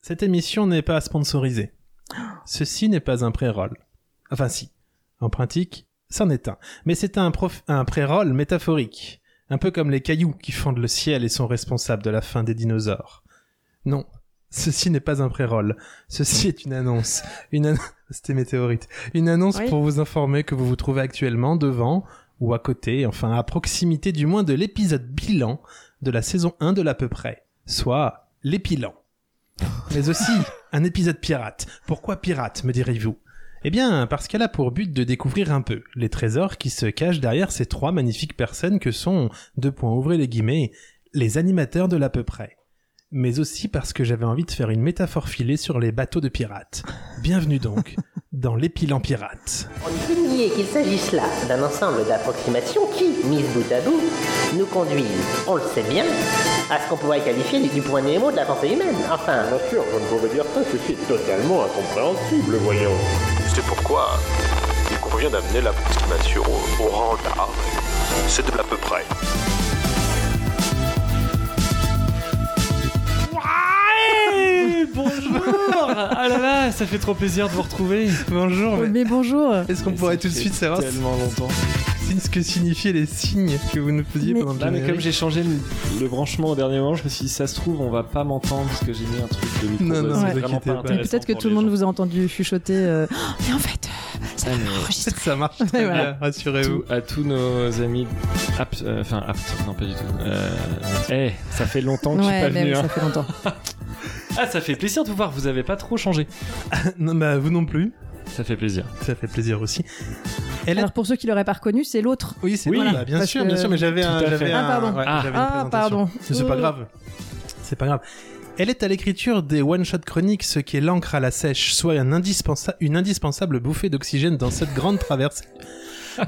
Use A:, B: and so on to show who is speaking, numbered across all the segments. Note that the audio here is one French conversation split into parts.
A: Cette émission n'est pas sponsorisée. Ceci n'est pas un pré-roll. Enfin si, en pratique, c'en est un. Mais c'est un, prof- un pré-roll métaphorique. Un peu comme les cailloux qui fendent le ciel et sont responsables de la fin des dinosaures. Non, ceci n'est pas un pré-roll. Ceci est une annonce. Une annon- C'était météorite. Une annonce
B: Oui.
A: pour vous informer que vous vous trouvez actuellement devant ou à côté, enfin à proximité du moins de l'épisode bilan de la saison 1 de l'à peu près, soit l'épilant. Mais aussi un épisode pirate. Pourquoi pirate, me direz-vous Eh bien, parce qu'elle a pour but de découvrir un peu les trésors qui se cachent derrière ces trois magnifiques personnes que sont, deux points ouvrez les guillemets, les animateurs de l'à peu près. Mais aussi parce que j'avais envie de faire une métaphore filée sur les bateaux de pirates. Bienvenue donc dans l'épilant pirate.
C: On ne peut nier qu'il s'agisse là d'un ensemble d'approximations qui, mises bout à bout, nous conduisent, on le sait bien, à ce qu'on pourrait qualifier du point Nemo de la pensée humaine. Enfin,
D: Bien sûr, je ne pouvais dire ça, ceci est totalement incompréhensible, voyons.
E: C'est pourquoi il convient d'amener l'approximation au, au rang d'art. C'est de l'à peu près.
F: Hey, bonjour Ah là là, ça fait trop plaisir de vous retrouver.
A: Bonjour, Oh, mais
B: Mais bonjour
A: est-ce qu'on pourrait tout de suite savoir
F: Tellement longtemps.
A: ce que signifiaient les signes que vous nous faisiez
B: Mais-
A: pendant le
F: Là, mais
A: générique
F: comme j'ai changé le, le branchement au dernier moment, je me suis dit, ça se trouve, on va pas m'entendre parce que j'ai mis un truc de micro. Bah,
A: Non, non,
F: c'est
B: vous
F: vraiment
A: inquiétez
F: pas
A: pas.
B: Mais
F: intéressant
B: peut-être que
F: pour
B: tout le
F: les
B: monde
F: gens.
B: vous a entendu chuchoter. euh, Oh, mais en fait, euh, ça va
F: Ah, mais-
A: Peut-être
B: enregistrer.
A: ça marche très
B: voilà.
A: bien, rassurez-vous.
F: Tout- à tous nos amis aptes, euh, enfin aptes, non pas du tout. Euh, Eh, ça fait longtemps que je suis
B: Ouais,
F: pas
B: même,
F: venu. hein.
B: ça fait longtemps.
F: Ah, ça fait plaisir de vous voir. Vous avez pas trop changé.
A: non, bah, vous non plus,
F: Ça fait plaisir.
A: ça fait plaisir aussi. Elle a-
B: Alors pour ceux qui l'auraient pas reconnu, c'est l'autre.
A: Oui, c'est
F: Oui,
A: bon, bah, bien
B: parce
A: sûr,
B: que-
A: bien sûr, mais j'avais
F: Tout
A: un.
F: à
A: j'avais
F: fait.
B: Ah,
A: un-
B: pardon.
A: ouais,
F: Ah.
A: j'avais une
B: Ah
A: présentation.
B: pardon.
A: Mais C'est pas
B: Euh,
A: grave. C'est pas grave. Elle est à l'écriture des one-shot chroniques, ce qui est l'encre à la sèche, soit un indispensa- une indispensable bouffée d'oxygène dans cette grande traversée.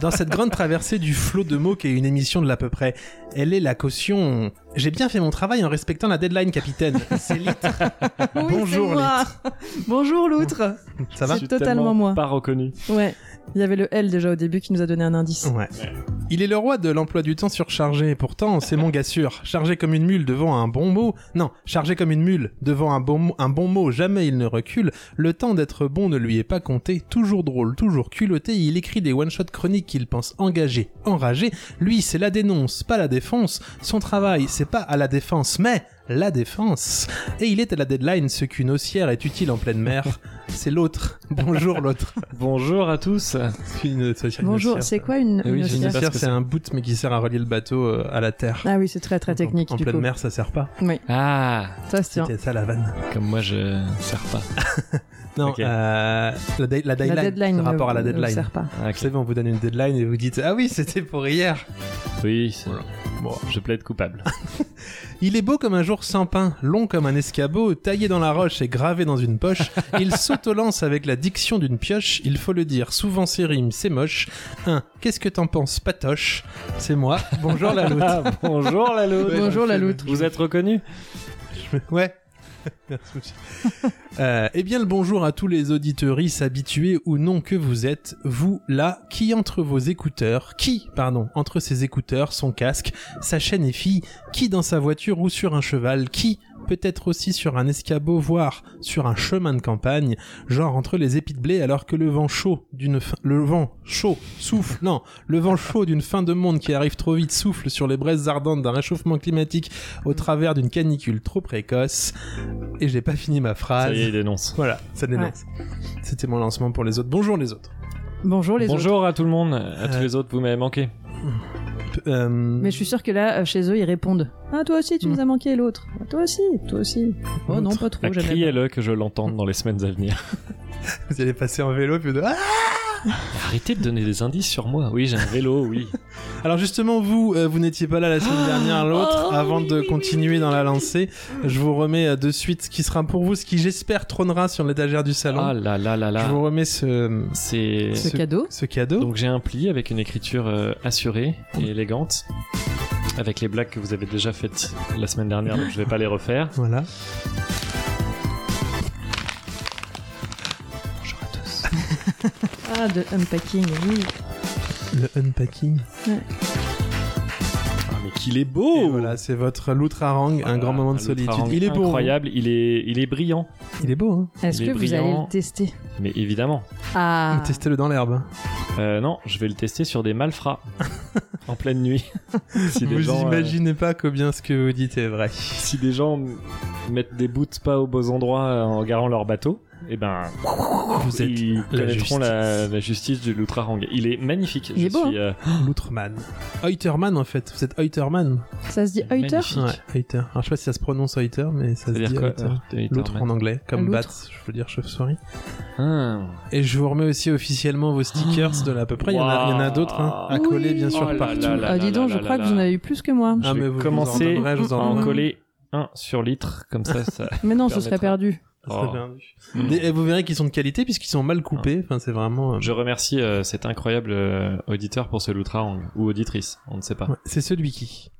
A: Dans cette grande traversée du flot de mots qu'est une émission de l'à peu près, elle est la caution. J'ai bien fait mon travail en respectant la deadline, capitaine. C'est litre.
B: Oui,
A: Bonjour,
B: c'est moi. Bonjour l'autre.
A: Ça va
F: Je suis
B: totalement moi.
F: Pas reconnu.
B: Ouais. Il y avait le L déjà au début qui nous a donné un indice.
A: Ouais. Il est le roi de l'emploi du temps surchargé. Pourtant, c'est mon gars sûr. Chargé comme une mule devant un bon mot. Non, chargé comme une mule devant un bon, mo- un bon mot. Jamais il ne recule. Le temps d'être bon ne lui est pas compté. Toujours drôle, toujours culotté, il écrit des one-shot chroniques qu'il pense engagées, enragées. Lui, c'est la dénonce, pas la défense. Son travail, c'est pas à la défense, mais la défense. Et il est à la deadline, ce qu'une haussière est utile en pleine mer. C'est l'autre. Bonjour l'autre.
F: Bonjour à tous.
A: Une- une
B: Bonjour.
A: haussière,
B: C'est quoi une,
F: Eh oui,
B: une
F: j'ai
A: une
B: ostia
F: une parce
A: haussière,
F: que
A: c'est
F: c'est-
A: un boot, mais qui sert à relier le bateau euh, à la terre.
B: Ah oui, c'est très très
A: Donc,
B: technique.
A: En, en
B: du
A: pleine
B: coup.
A: mer, ça sert pas.
F: Ah,
B: Ça se tient.
A: C'était ça la vanne.
F: comme moi je sers pas.
A: Non,
F: Ok.
A: euh, la, dé- la deadline.
B: La deadline. euh,
A: le rapport
B: ne-
A: à la
B: ne
A: deadline.
B: sert pas.
F: Ah,
A: Vous
F: ok.
A: savez, on vous donne une deadline et vous dites Ah oui, c'était pour hier.
F: Oui, c'est-
A: Voilà. Bon.
F: je plaide coupable.
A: Il est beau comme un jour sans pain, long comme un escabeau, taillé dans la roche et gravé dans une poche. Il saute aux lances avec la diction d'une pioche. Il faut le dire, souvent ses rimes, c'est moche. 1. Qu'est-ce que t'en penses, Patoche C'est moi. Bonjour la loutre.
F: Ah, bonjour la loutre.
A: Ouais,
B: Bonjour
A: je
B: la
A: fais-
B: loutre.
F: Vous êtes reconnu
A: Ouais. Merci. Euh, eh bien, le bonjour à tous les auditeuristes habitués ou non que vous êtes, vous là, qui entre vos écouteurs, qui, pardon, entre ses écouteurs, son casque, sa chaîne et fille, qui dans sa voiture ou sur un cheval, qui peut-être aussi sur un escabeau, voire sur un chemin de campagne, genre entre les épis de blé, alors que le vent chaud d'une fin, le vent chaud souffle, non, le vent chaud d'une fin de monde qui arrive trop vite souffle sur les braises ardentes d'un réchauffement climatique au travers d'une canicule trop précoce. Et j'ai pas fini ma
F: Ça
A: phrase.
F: y est, il dénonce.
A: Voilà, ça dénonce. C'était mon lancement pour les autres. Bonjour les autres.
B: Bonjour les autres.
F: Bonjour à tout le monde, à tous
A: Euh,
F: les autres, vous m'avez manqué.
A: P- euh,
B: Mais je suis sûr que là, euh, chez eux, ils répondent. Ah toi aussi, tu
A: Mm.
B: nous as manqué l'autre. Ah, Toi aussi, toi aussi. Oh non, pas trop.
F: Ah,
B: j'aime
F: Criez-le que je l'entende dans les semaines à venir.
A: Vous allez passer en vélo puis vous dites, Ah
F: Arrêtez de donner des indices sur moi. Oui, j'ai un vélo, oui.
A: Alors justement, vous, euh, vous n'étiez pas là la semaine dernière, l'autre,
B: Oh,
A: avant
B: oui,
A: de
B: oui,
A: continuer dans la lancée. Je vous remets euh, de suite ce qui sera pour vous, ce qui j'espère trônera sur l'étagère du salon.
F: Ah là là là
A: Je
F: là.
A: vous remets ce,
F: C'est.
B: Ce
A: ce-
B: cadeau.
A: ce cadeau.
F: Donc j'ai un pli avec une écriture euh, assurée et élégante. Avec les blagues que vous avez déjà faites la semaine dernière, donc je vais pas les refaire.
A: voilà.
F: Bonjour à tous.
B: Ah de unpacking. Oui.
A: Le unpacking.
F: Ah, mais qui
G: il est beau
A: Et voilà, c'est votre Loutrarang, un
F: Voilà,
A: grand moment de
F: Ah, le
A: solitude.
F: Tarang
A: Il est beau. hein.
F: Incroyable, il est, il est brillant,
A: Il est beau, hein
B: Est-ce
F: Il
B: que
F: est
B: vous allez
F: brillant.
B: le tester
F: mais évidemment.
B: Ah,
A: Testez-le dans l'herbe. hein.
F: Euh, non, je vais le tester sur des malfrats en pleine nuit. si des
A: vous
F: gens, euh,
A: imaginez pas combien ce que vous dites est vrai.
F: si des gens m- mettent des boots pas aux beaux endroits euh, en garant leur bateau, eh ben,
A: Vous êtes
F: ils
A: la
F: connaîtront la, la justice de l'outrarang. Il est magnifique.
B: Il
F: je
B: est beau, hein.
F: suis, euh,
A: L'Outerman. Heuterman, en fait. Vous êtes Heuterman.
B: ça se dit Heuter
F: magnifique.
A: Ouais, Heuter. Alors, je sais pas si ça se prononce Heuter, mais ça se dit
F: C'est-à-dire quoi
A: Heuter.
F: euh,
A: L'autre en anglais, comme
B: L'outre.
A: Bat, je veux dire chauve-souris.
F: Ah.
A: Et je vous remets aussi officiellement vos stickers de la peu près. Il y en a, il y en a d'autres hein, à
B: Oui.
A: coller, bien sûr,
F: Oh là
A: partout.
F: là là.
B: Ah, dis donc, je crois que vous en avez eu plus que moi.
A: Ah,
F: je
A: mais
F: vais
A: vous- vous en
F: commencer
A: donnerez, je vous
F: à
A: en
F: en
A: donnerai.
F: coller un sur litre, comme ça, ça.
B: Mais non, ce
F: permettra.
B: serait perdu.
A: Ça serait
F: Oh.
A: bien. Et vous verrez qu'ils sont de qualité puisqu'ils sont mal coupés. Enfin, c'est vraiment. euh,
F: Je remercie euh, cet incroyable euh, auditeur pour ce loutrarang, ou auditrice, on ne sait pas.
A: ouais, c'est celui qui.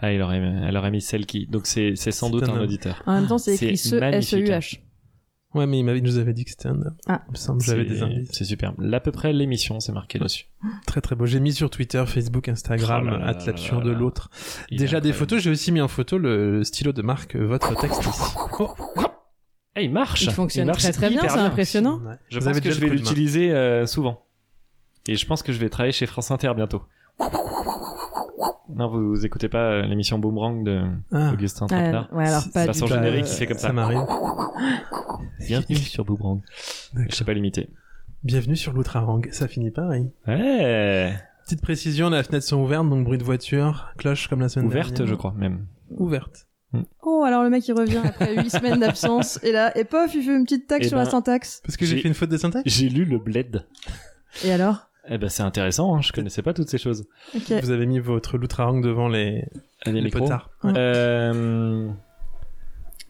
F: Ah, il aurait, elle aurait mis celle qui. Donc c'est c'est sans
A: C'est
F: doute
A: un
F: un
A: homme.
F: auditeur.
B: En même temps, c'est
F: C'est
B: écrit ce E
F: magnifique, hein.
B: S-E-U-H.
A: Ouais, mais il, m'avait- il nous avait dit que c'était un homme.
B: Ah.
A: Il me semble, j'avais
F: C'est-
A: des indices.
F: C'est superbe. À peu près l'émission, c'est marqué dessus.
A: Très très beau. J'ai mis sur Twitter, Facebook, Instagram,
F: Oh là là
A: at
F: là
A: l'absurde
F: là là.
A: l'autre.
F: Il est
A: Déjà des
F: incroyable.
A: photos. J'ai aussi mis en photo le stylo de marque, euh, votre texte. ici.
B: Oh,
A: Oh,
F: Eh, il marche
B: Il fonctionne
F: marche
B: très très bien,
F: hyper
B: c'est impressionnant.
A: Ouais.
F: Je
A: Vous
F: pense
A: avez
F: que
A: déjà
F: je
A: le
F: vais
A: coup de main.
F: l'utiliser euh, souvent. Et je pense que je vais travailler chez France Inter bientôt. Non, vous, vous écoutez pas euh, l'émission Boomerang de
A: Ah,
F: Augustin
B: Ah,
F: Trapenard
B: ouais, alors pas
F: Ça
B: du
F: sent
B: tout.
F: le générique, il fait comme ça.
A: Ça m'arrive.
F: Bienvenue sur Boomerang.
A: D'accord.
F: Je sais pas l'imiter.
A: Bienvenue sur l'outrarang. Ça finit pareil.
F: Ouais
A: Petite précision, les fenêtres sont ouvertes, donc bruit de voiture, cloche comme la semaine
F: Ouverte,
A: dernière.
F: je crois, même.
A: Ouverte.
B: Oh, alors le mec il revient après 8 semaines d'absence et là, et pof, il fait une petite taxe
F: Eh
B: sur
F: ben-
B: la syntaxe.
A: Parce que j'ai
F: J'ai-
A: fait une faute de syntaxe
F: J'ai lu le bled.
B: Et alors
F: Eh ben, c'est intéressant, hein, je connaissais pas toutes ces choses.
B: Ok.
A: Vous avez mis votre loutrarang devant les,
F: Allez,
A: les
F: micro.
A: potards.
F: Euh,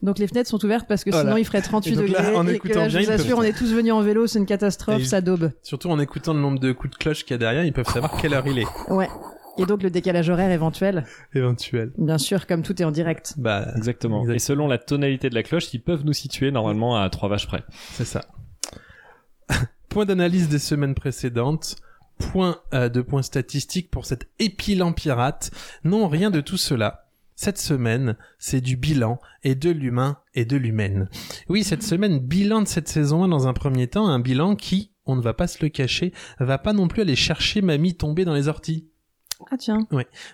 B: Donc les fenêtres sont ouvertes parce que
A: Voilà.
B: sinon il ferait 38
A: Et donc
B: degrés.
A: là, en
B: et que
A: écoutant
B: là, je
A: bien, ils
B: vous assure, on
A: peuvent-
B: est tous venus en vélo, c'est une catastrophe,
A: Et-
B: ça daube.
A: Surtout en écoutant le nombre de coups de cloche qu'il y a derrière, ils peuvent savoir quelle heure il est,
B: Ouais. Et donc le décalage horaire éventuel,
A: éventuel.
B: bien sûr, comme tout est en direct.
A: Bah,
F: exactement.
A: Exact.
F: Et selon la tonalité de la cloche, ils peuvent nous situer normalement à trois vaches près.
A: c'est ça. point d'analyse des semaines précédentes. Point euh, de points statistiques pour cet épilant pirate. Non, rien de tout cela. Cette semaine, c'est du bilan et de l'humain et de l'humaine. Oui, cette semaine, bilan de cette saison 1 dans un premier temps, un bilan qui, on ne va pas se le cacher, va pas non plus aller chercher mamie tombée dans les orties.
B: Ah tiens.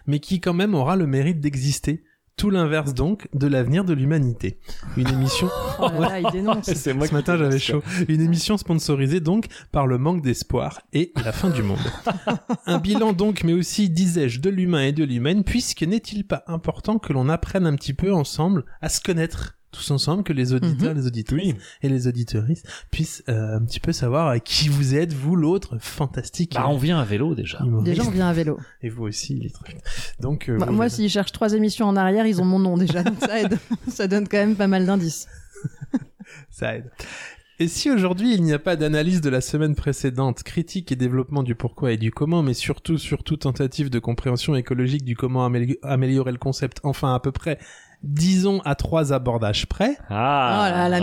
A: mais qui quand même aura le mérite d'exister. Tout l'inverse donc de l'avenir de l'humanité. Une émission.
B: Oh là là, il dénonce.
F: C'est
A: Ce matin j'avais chaud. Une émission sponsorisée donc par le manque d'espoir et la fin du monde. Un bilan donc, mais aussi disais-je de l'humain et de l'humaine, puisque n'est-il pas important que l'on apprenne un petit peu ensemble à se connaître tous ensemble, que les auditeurs,
F: Mhm.
A: les auditrices et les auditeuristes puissent euh, un petit peu savoir à qui vous êtes, vous l'autre fantastique.
F: Bah, on vient à vélo déjà.
A: humoriste.
B: Déjà, on vient à vélo.
A: Et vous aussi, les trucs. Donc, euh,
B: Bah,
A: vous-
B: moi, s'ils cherchent trois émissions en arrière, ils ont mon nom déjà, donc ça aide. ça donne quand même pas mal d'indices.
A: Ça aide. Et si aujourd'hui il n'y a pas d'analyse de la semaine précédente, critique et développement du pourquoi et du comment, mais surtout, surtout tentative de compréhension écologique du comment amélio- améliorer le concept, enfin à peu près, disons à trois abordages près,
F: Ah,
B: Oh là, la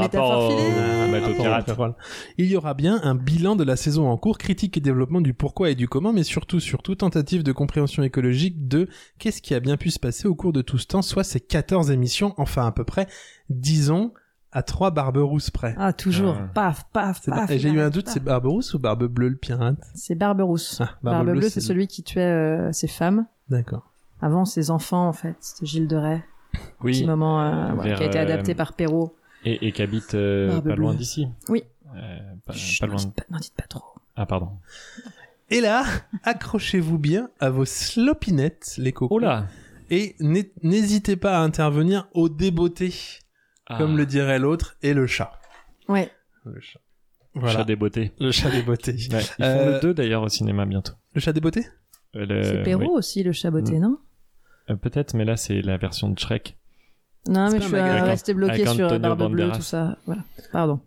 B: métaphore
F: rapport au-
B: filée.
F: Ah, bateau
A: Rapport
F: pirate.
A: au pétrole. il y aura bien un bilan de la saison en cours, critique et développement du pourquoi et du comment, mais surtout, surtout tentative de compréhension écologique de qu'est-ce qui a bien pu se passer au cours de tout ce temps, soit ces 14 émissions, enfin à peu près, disons à trois barberousses près.
B: Ah, toujours.
F: Ah.
B: Paf, paf,
A: C'est
B: paf.
A: bar- J'ai eu un
B: arrête
A: doute,
B: Bah, pas.
A: c'est Barberousse ou Barbe Bleue le pirate
B: C'est Barberousse.
A: Ah,
B: Barbe, Bleue, c'est celui qui tuait euh, ses femmes.
A: D'accord.
B: Avant, ses enfants, en fait. C'était Gilles de Rais. Petit
F: Oui,
B: moment euh, voilà,
F: Vers,
B: qui a été
F: euh,
B: adapté par Perrault.
F: et, et qui habite euh,
B: Barbe
F: pas loin
B: bleue.
F: d'ici.
B: Oui.
F: Euh, pas,
B: Chut,
F: pas
B: non,
F: loin.
B: dites pas- non, dites pas trop.
F: Ah, pardon.
A: Et là, accrochez-vous bien à vos slopinettes, les cocos.
F: Oh là
A: Et n'hé- n'hésitez pas à intervenir au débeauté,
F: Ah,
A: comme le dirait l'autre, et le chat.
B: Ouais.
A: Le chat.
F: chat
A: Voilà.
F: des beautés.
A: Le chat débeauté.
F: Ouais, ils font
A: Euh,
F: le 2 d'ailleurs au cinéma bientôt.
A: Le chat débeauté
F: Euh, le-
B: C'est Perrault
F: oui.
B: aussi, le chaboté, non
F: Euh, Peut-être, mais là c'est la version de Shrek.
B: Non,
A: C'est pas
B: mais je suis
A: Magali.
B: euh,
F: Avec
B: restée bloquée
F: avec
B: sur euh,
F: Antonio
B: Barbe Bleue,
F: Banderas.
B: tout ça. Voilà. Pardon.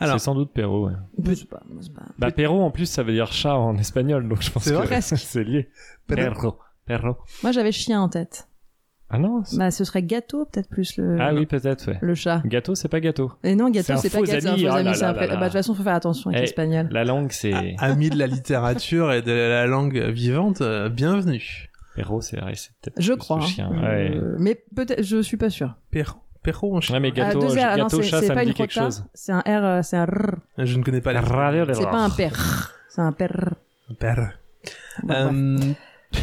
A: Alors.
F: C'est sans doute Perrault. ouais.
B: Je sais pas, moi, c'est pas-
F: Bah Perrault en plus ça veut dire chat en espagnol, donc je pense
A: C'est vrai
F: que
B: Presque.
F: c'est lié. Perrault. Perrault.
B: Moi, j'avais chien en tête.
F: Ah non c'est-
B: Bah, euh, ce serait gâteau, peut-être plus le,
F: Ah oui, peut-être, ouais.
B: le chat.
F: Gâteau, c'est pas gâteau.
B: Et non,
F: C'est un
B: gâteau, c'est pas
F: faux
B: gâteau, c'est un
F: ami,
B: faux
F: oh là
B: ami.
F: là
B: c'est un pré-
F: là
B: Bah,
F: là.
B: de toute façon, faut faire attention avec
F: Eh.
B: l'espagnol. Ah,
A: Ah,
F: La langue, c'est.
A: Ami de la littérature et de la langue vivante, euh, bienvenue.
F: Perrault, c'est ouais, c'est peut-être.
B: ah. Je
F: plus
B: crois.
F: le
B: hein.
F: chien, ouais.
B: Euh, mais peut-être, je suis pas sûre.
A: Perro. Perro en chien.
F: Ouais, mais
B: Ah,
F: gâteau,
B: deux R, ah, non,
F: gâteau
B: c'est-
F: chat,
B: c'est
F: ça
B: pas
F: me
B: une
F: dit quelque
B: crocta,
F: chose.
B: C'est un R, euh, c'est un R.
A: Ah, Je ne connais pas les
F: Radio
B: C'est pas un père. C'est un père.
A: Perre.
B: Bon, bref.
A: Euh,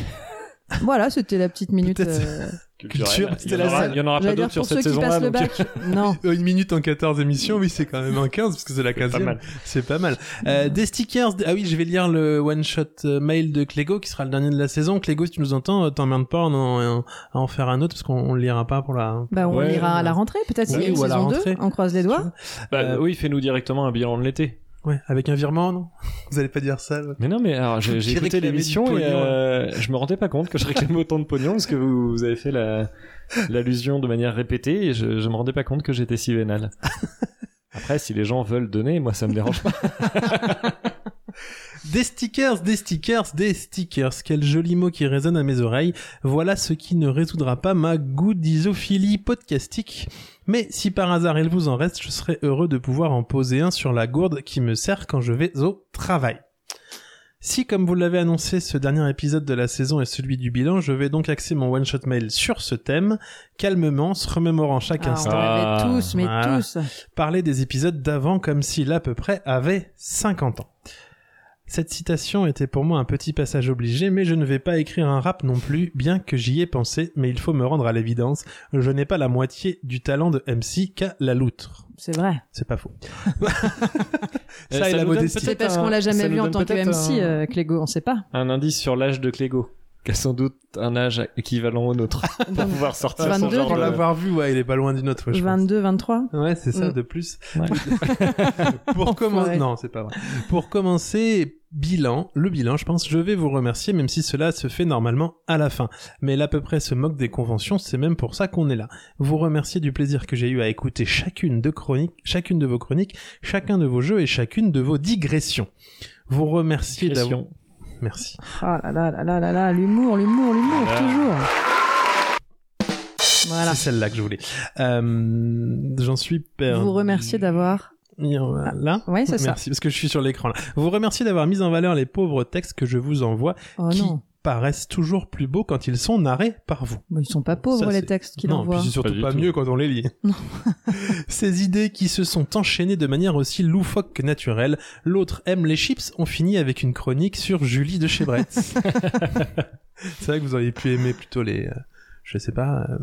B: Voilà, c'était la petite minute.
A: peut-être-
B: euh,
A: Culture, c'était
F: Il y en
A: la
F: aura-
A: seule.
F: Il y en aura
B: j'allais
F: pas
B: dire
F: d'autres sur
B: pour ceux
F: cette
B: qui passent
F: saison-là.
B: le bac.
F: donc
B: non.
A: Une minute en 14 émissions, oui, c'est quand même un 15 parce que c'est la
F: pas
A: 15e.
F: mal.
A: C'est pas mal. Euh, des stickers. des- Ah oui, je vais lire le one shot euh, mail de Clégo qui sera le dernier de la saison. Clégo, si tu nous entends, euh, t'emmerdes pas à en, en- à en faire un autre parce qu'on on le lira pas pour la.
B: Bah, on
A: Ouais,
B: ira à
A: ouais.
B: la rentrée, peut-être
A: Oui,
B: s'il y a une
A: ou à la
B: saison 2.
A: rentrée.
B: On croise les doigts.
F: Bah,
A: Euh,
F: oui, fais-nous directement un bilan de l'été.
A: Ouais, avec un virement, non Vous allez pas dire ça. là.
F: Mais non, mais alors j'ai j'ai
A: Qui
F: écouté
A: réclamait du
F: l'émission et
A: pognon,
F: euh, je me rendais pas compte que je réclamais autant de pognon parce que vous, vous avez fait la- l'allusion de manière répétée et je, je me rendais pas compte que j'étais si vénal. Après, si les gens veulent donner, moi ça me dérange pas.
A: Des stickers, des stickers, des stickers. Quel joli mot qui résonne à mes oreilles. Voilà ce qui ne résoudra pas ma goodisophilie podcastique. Mais si par hasard il vous en reste, je serais heureux de pouvoir en poser un sur la gourde qui me sert quand je vais au travail. Si, comme vous l'avez annoncé, ce dernier épisode de la saison est celui du bilan, je vais donc axer mon one-shot mail sur ce thème, calmement, se remémorant chaque
B: Ah, on
A: instant,
F: Ah,
B: l'avait tous, mais
A: voilà.
B: tous.
A: parler des épisodes d'avant comme s'il à peu près avait 50 ans. Cette citation était pour moi un petit passage obligé, mais je ne vais pas écrire un rap non plus, bien que j'y ai pensé, mais il faut me rendre à l'évidence, je n'ai pas la moitié du talent de MC qu'à la loutre.
B: C'est vrai.
A: C'est pas faux.
F: Euh,
A: ça, et
F: nous
A: la
F: donne
A: modestie.
B: C'est
F: peut-être
B: parce
F: un-
B: qu'on l'a
F: ça
B: jamais
F: nous
B: vu en
F: donne
B: tant que
F: peut-être
B: MC,
F: un-
B: euh, Clégo, on sait pas.
F: Un indice sur l'âge de Clégo, qui a sans doute un âge équivalent au nôtre pour
B: Donc,
F: pouvoir sortir son
B: 22,
F: genre
A: Pour
F: de-
A: l'avoir vu, ouais, il est pas loin d'une autre. ouais, je pense.
B: 22, 23.
A: Ouais, c'est ça,
B: Mm.
A: de plus.
F: Ouais.
A: Pour commencer,
B: Enfoiré.
A: non, c'est pas vrai. Pour commencer, bilan, le bilan, je pense, je vais vous remercier, même si cela se fait normalement à la fin. Mais l'à peu près se moque des conventions, c'est même pour ça qu'on est là. Vous remercier du plaisir que j'ai eu à écouter chacune de chroniques, chacune de vos chroniques, chacun de vos jeux et chacune de vos digressions. Vous remercier d'avoir,
F: Question.
A: merci.
B: Ah là là là là là là, l'humour, l'humour, l'humour,
F: Voilà.
B: toujours. Voilà.
A: C'est celle-là que je voulais. Euh, j'en suis perdu.
B: Vous remerciez d'avoir.
A: Là?
B: Oui, c'est ça.
A: Merci, parce que je suis sur l'écran là. Vous remercie d'avoir mis en valeur les pauvres textes que je vous envoie,
B: Oh
A: qui
B: non,
A: paraissent toujours plus beaux quand ils sont narrés par vous.
B: Bon, ils sont pas pauvres
A: Ça,
B: les
A: c'est-
B: textes qu'il
A: non,
B: envoie.
A: puis c'est surtout
F: Pas du
A: pas,
F: tout.
A: mieux quand on les lit.
B: Non.
A: Ces idées qui se sont enchaînées de manière aussi loufoque que naturelle. L'autre aime les chips, on finit avec une chronique sur Julie de chez Brett. c'est vrai que vous auriez pu aimer plutôt les, euh, je sais pas, euh,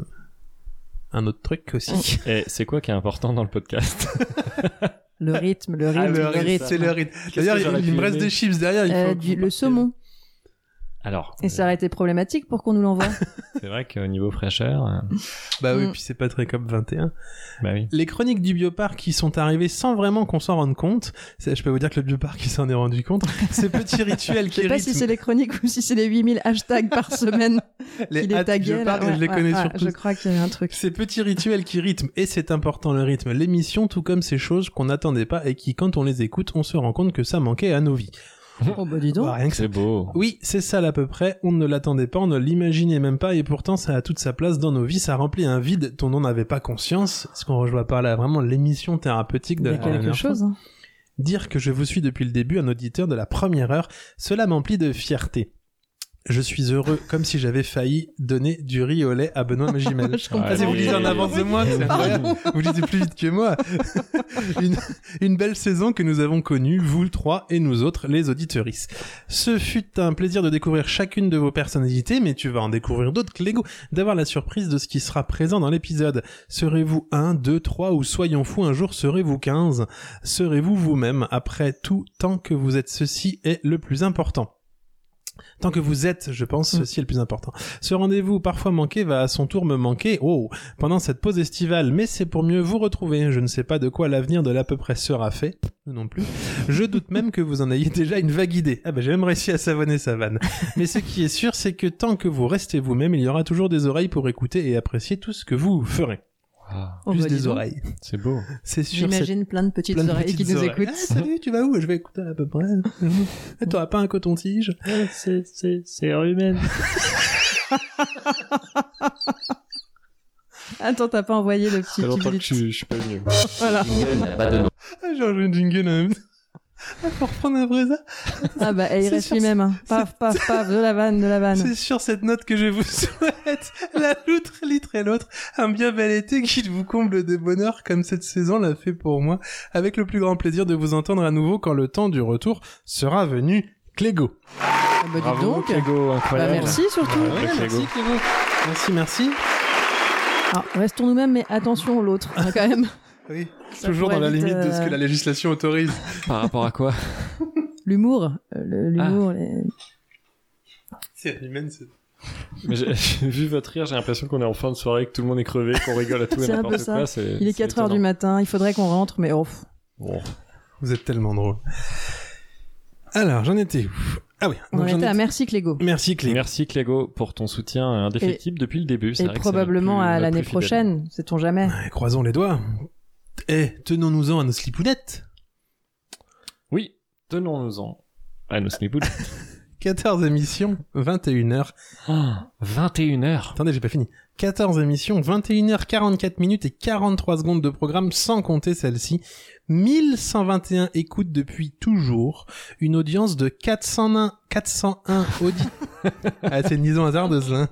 A: un autre truc aussi.
F: Et c'est quoi qui est important dans le podcast
B: Le rythme, Ah, le rythme, le,
F: Ah,
B: rythme.
A: c'est le Ah, rythme.
F: que
A: D'ailleurs,
F: j'aurais
A: il,
F: pu
A: il me reste
F: aimer
A: des chips derrière. Il
B: Euh,
A: faut que
B: du-
A: vous
B: le
A: partiez.
B: saumon.
F: Alors,
B: Et ça aurait été problématique pour qu'on nous l'envoie.
F: c'est vrai qu'au niveau fraîcheur, euh,
A: Bah oui,
B: Mm.
A: puis c'est pas très COP 21.
F: bah oui.
A: les chroniques du bioparc qui sont arrivées sans vraiment qu'on s'en rende compte, c'est- je peux vous dire que le bioparc il s'en est rendu compte, ces petits rituels
B: Je
A: qui
B: sais pas
A: rythment
B: si c'est les chroniques ou si c'est les 8000 hashtags par semaine
A: les
B: qu'il est
A: hâtes du
B: tagué. là.
A: bioparc,
B: Ouais,
A: je les
B: ouais,
A: connais
B: ouais,
A: surtout.
B: Je crois qu'il y a un truc.
A: Ces petits rituels qui rythment, et c'est important le rythme, l'émission, tout comme ces choses qu'on n'attendait pas et qui, quand on les écoute, on se rend compte que ça manquait à nos vies.
B: Oh bah dis donc.
A: Bah, rien que ça.
F: C'est beau.
A: Oui, c'est ça à peu près, on ne l'attendait pas, on ne l'imaginait même pas, et pourtant ça a toute sa place dans nos vies, ça remplit un vide dont on n'avait pas conscience, ce qu'on rejoint par là vraiment l'émission thérapeutique
B: Il
A: de
B: y
A: la
B: a quelque
A: dernière
B: chose. hein. Je comprends.
A: Ah, c'est vous lisez en
F: Allez.
A: avance de moi, c'est incroyable. Vous lisez plus vite que moi. une, une belle saison que nous avons connue, vous le trois et nous autres, les auditrices. Ce fut un plaisir de découvrir chacune de vos personnalités, mais tu vas en découvrir d'autres que l'ego, d'avoir la surprise de ce qui sera présent dans l'épisode. Serez-vous un, deux, trois ou soyons fous un jour, serez-vous 15 Serez-vous vous-même après tout tant que vous êtes ceci est le plus important Tant que vous êtes, je pense, ceci est le plus important. Ce rendez-vous parfois manqué va à son tour me manquer. Oh, pendant cette pause estivale, mais c'est pour mieux vous retrouver. Je ne sais pas de quoi l'avenir de l'à peu près sera fait, nous non plus. Je doute même que vous en ayez déjà une vague idée. Ah ben j'ai même réussi à savonner sa vanne. Mais ce qui est sûr, c'est que tant que vous restez vous-même, il y aura toujours des oreilles pour écouter et apprécier tout ce que vous ferez.
F: Ah,
B: Oh,
A: Plus
B: bah, dis
A: des
B: donc.
A: oreilles.
F: c'est beau.
A: C'est sûr. c'est
B: J'imagine plein de petites
A: plein de
B: oreilles
A: petites
B: qui nous
A: oreilles.
B: écoutent.
A: Ah, salut, tu vas où Je vais écouter à peu près. Ah, T'auras pas un coton-tige
F: C'est humaine.
B: Attends, t'as pas envoyé le petit
F: Ça fait longtemps que
B: petit
F: je, je suis pas venu.
B: Voilà.
A: Ah, Genre, j'ai une jingle. hein. Pour prendre un vrai ça
B: Ah bah, et il
A: C'est
B: reste
A: sûr,
B: lui-même. hein. Paf, paf, paf, de la vanne, de la vanne.
A: C'est sur cette note que je vous souhaite, la loutre, litre et l'autre, un bien bel été qu'il vous comble de bonheur comme cette saison l'a fait pour moi, avec le plus grand plaisir de vous entendre à nouveau quand le temps du retour sera venu. Clégo.
B: Ah bah, dis donc.
F: Clégo,
B: Bah,
F: incroyable.
B: merci surtout.
F: Ouais, ouais, Clégo.
A: Clégo. Merci, merci.
B: Alors, restons nous-mêmes, mais attention l'autre, hein, quand même.
A: Oui,
B: Ça
A: toujours dans
B: pourrait
A: la
B: vite,
A: limite de ce
B: euh,
A: que la législation autorise.
F: Par rapport à quoi
B: L'humour, euh, le- l'humour, les-
A: C'est humaine, c'est...
F: Mais j'ai- j'ai vu votre rire, j'ai l'impression qu'on est en fin de soirée, que tout le monde est crevé, qu'on rigole à tout et
B: C'est un peu
F: n'importe
B: ça.
F: quoi. c'est-
B: il est
F: c'est
B: 4h du
F: étonnant.
B: matin, il faudrait qu'on rentre, mais oh, pff,
F: Bon.
A: Vous êtes tellement drôle. Alors, j'en étais où Ah oui,
B: on
A: donc
B: en
A: j'en
B: était à
A: étais-
B: merci Clégo.
A: Merci Clégo.
F: Merci Clégo pour ton soutien indéfectible depuis le début. c'est
B: Et
F: vrai que c'est notre
B: probablement
F: plus-
B: à
F: notre
B: l'année
F: plus fidèle.
B: prochaine, sait-on jamais.
A: Ouais, croisons les doigts. Eh, tenons-nous-en à nos slipounettes.
F: Oui, tenons-nous-en à nos snipouts.
A: 14 émissions, 21h.
F: Ah, 21h.
A: Attendez, j'ai pas fini. 14 émissions, 21h, 44 minutes et 43 secondes de programme, sans compter celle-ci. 1121 écoutes depuis toujours. Une audience de 401, 401 audits. ah, c'est une liaison hasardeuse, là.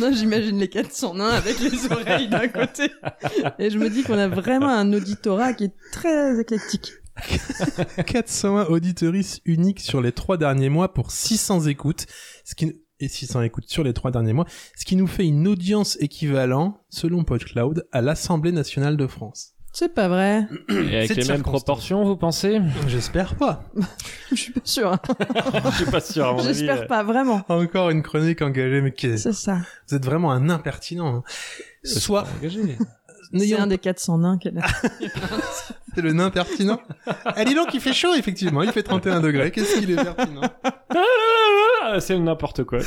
B: Non, j'imagine les 401 avec les oreilles d'un côté. Et je me dis qu'on a vraiment un auditorat qui est très éclectique.
A: hein. 401 auditoris uniques sur les trois derniers mois pour 600 écoutes, ce qui et 600 écoutes sur les trois derniers mois, ce qui nous fait une audience équivalent, selon PodCloud, à l'Assemblée nationale de France.
B: C'est pas vrai.
F: Et avec
A: Cette
F: les mêmes
A: circonstance.
F: proportions, vous pensez
A: J'espère pas.
B: Je suis pas sûre. hein.
F: Je suis pas sûr, à mon avis. euh,
B: J'espère pas vraiment.
A: Encore une chronique engagée, mais qu'est-
B: C'est ça.
A: vous êtes vraiment un impertinent. hein.
F: C'est
A: Soit,
F: engagé.
B: C'est
A: n'ayons
B: un des 401 qu'elle a.
A: c'est le nain pertinent. Ah, dis donc, il fait chaud, effectivement. Il fait 31 degrés. Qu'est-ce qu'il est pertinent?
F: Ah, c'est n'importe quoi.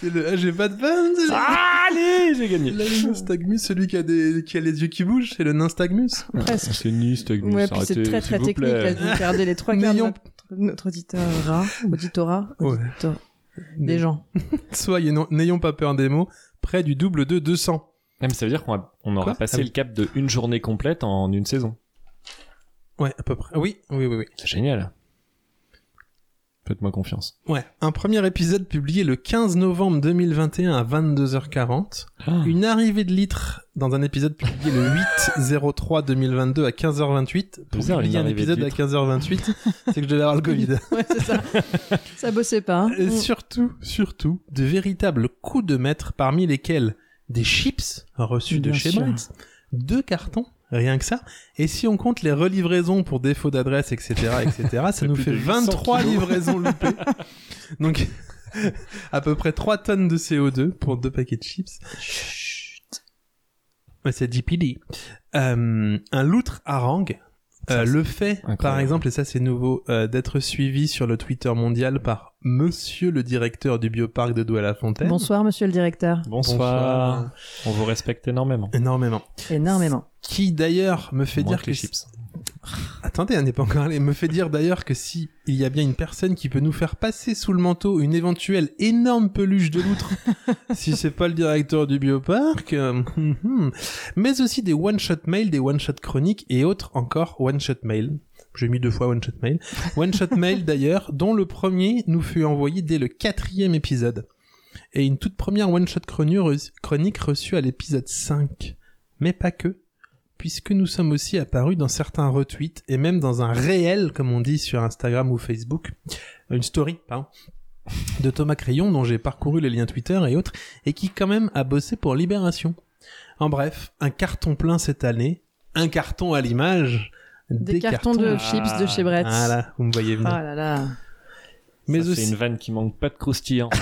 A: C'est le, ah, j'ai pas de vanne. c'est le-
B: Ah.
F: Allez, j'ai gagné.
A: le nain Stagmus, celui qui a des, qui a les yeux qui bougent, c'est le nain Stagmus.
B: Presque.
F: C'est nul, Stagmus.
B: Ouais, puis c'est très très technique. Là, de regarder les trois quarts de
A: N'ayons-
B: notre, notre auditorat, auditorat,
A: Ouais.
B: auditor- des gens.
A: Soyez non- n'ayons pas peur des mots, près du double de 200.
F: mais ça veut dire qu'on a- on aura
A: Quoi
F: passé
A: Ah oui.
F: le cap de une journée complète en une saison.
A: Ouais, à peu près. Oui, oui, oui, oui.
F: C'est génial. Faites-moi confiance.
A: Ouais. Un premier épisode publié le 15 novembre 2021 à 22h40.
F: Ah.
A: Une arrivée de litres dans un épisode publié le 8-03 2022 à 15h28. Pour
F: Bizarre,
A: publier
F: une
A: un
F: arrivée de
A: épisode à
F: litres.
A: 15h28, c'est que je devais avoir le Covid.
B: Ouais, c'est ça. ça bossait pas. hein.
F: Mm.
A: Et surtout, surtout, de véritables coups de maître parmi lesquels des chips reçus de
F: Bien
A: chez
F: sûr.
A: Bright, deux cartons, rien que ça. Et si on compte les relivraisons pour défaut d'adresse, etc., etc., ça nous
F: plus
A: fait
F: de 800
A: 23
F: kilos.
A: livraisons loupées. Donc, à peu près 3 tonnes de CO2 pour deux paquets de chips. Ouais, c'est DPD. Euh, un loutre harangue. Euh, le fait, par
F: incroyable.
A: exemple, et ça c'est nouveau, euh, d'être suivi sur le Twitter mondial par Monsieur le directeur du bioparc de Douai-la-Fontaine.
B: Bonsoir, monsieur le directeur.
F: Bonsoir. On vous respecte énormément.
A: Énormément.
B: Énormément.
A: Qui d'ailleurs me fait
F: Moins
A: dire
F: que
A: que...
F: les
A: si-
F: chips.
A: Attendez, on n'est pas encore allé. Me fait dire d'ailleurs que si il y a bien une personne qui peut nous faire passer sous le manteau une éventuelle énorme peluche de loutre, si c'est pas le directeur du bioparc, euh, hum, hum. mais aussi des one-shot mail, des one-shot chroniques et autres encore one-shot mail. J'ai mis deux fois one-shot mail. One-shot mail d'ailleurs, dont le premier nous fut envoyé dès le quatrième épisode. Et une toute première one-shot chronu- reçu- chronique reçue à l'épisode 5. Mais pas que puisque nous sommes aussi apparus dans certains retweets et même dans un réel, comme on dit sur Instagram ou Facebook, une story, pardon, de Thomas Crayon dont j'ai parcouru les liens Twitter et autres, et qui quand même a bossé pour Libération. En bref, un carton plein cette année, un carton à l'image,
B: Des, cartons, de chips de chez Brett.
A: Voilà, vous me voyez venir.
B: Ah là là.
A: Mais
F: Ça, C'est
A: aussi,
F: une vanne qui manque pas de croustillant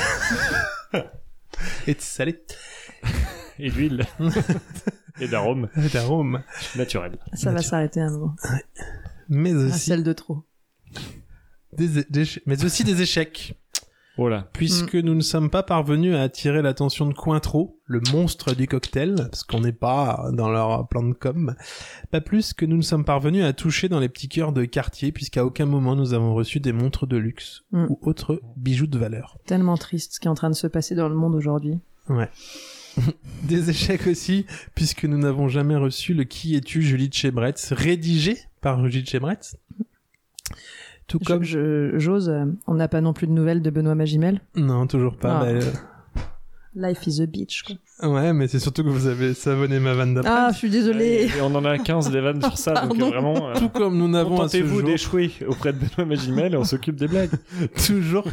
A: et de salé,
F: et d'huile et d'arôme
A: et d'arôme.
F: naturel.
B: Ça va
A: Nature.
B: s'arrêter un moment.
A: Mais
B: Ah,
A: aussi,
B: celle de trop.
A: des, des- mais aussi des échecs.
F: Voilà.
A: puisque
B: Mm.
A: nous ne sommes pas parvenus à attirer l'attention de Cointreau, le monstre du cocktail, parce qu'on n'est pas dans leur plan de com, pas plus que nous ne sommes parvenus à toucher dans les petits cœurs de quartier, puisqu'à aucun moment nous avons reçu des montres de luxe
B: Mm.
A: ou autres bijoux de valeur.
B: Tellement triste ce qui est en train de se passer dans le monde aujourd'hui.
A: Des échecs aussi, puisque nous n'avons jamais reçu le Qui es-tu Julie de Chebretz, rédigé par Julie de Chebretz. Tout
B: Je-
A: comme.
B: je- J'ose, euh, on n'a pas non plus de nouvelles de Benoît Magimel.
A: Non, toujours pas.
B: Ah.
A: bah, euh,
B: Life is a bitch. quoi.
A: Ouais, mais c'est surtout que vous avez savonné ma vanne d'après.
B: Ah, je suis désolée.
F: Et on en a 15 des vannes sur ça, donc
B: Pardon.
F: euh, vraiment. euh,
A: Tout comme nous n'avons à ce
F: Contentez-vous
A: jour
F: d'échouer auprès de Benoît Magimel et on s'occupe des blagues.
A: toujours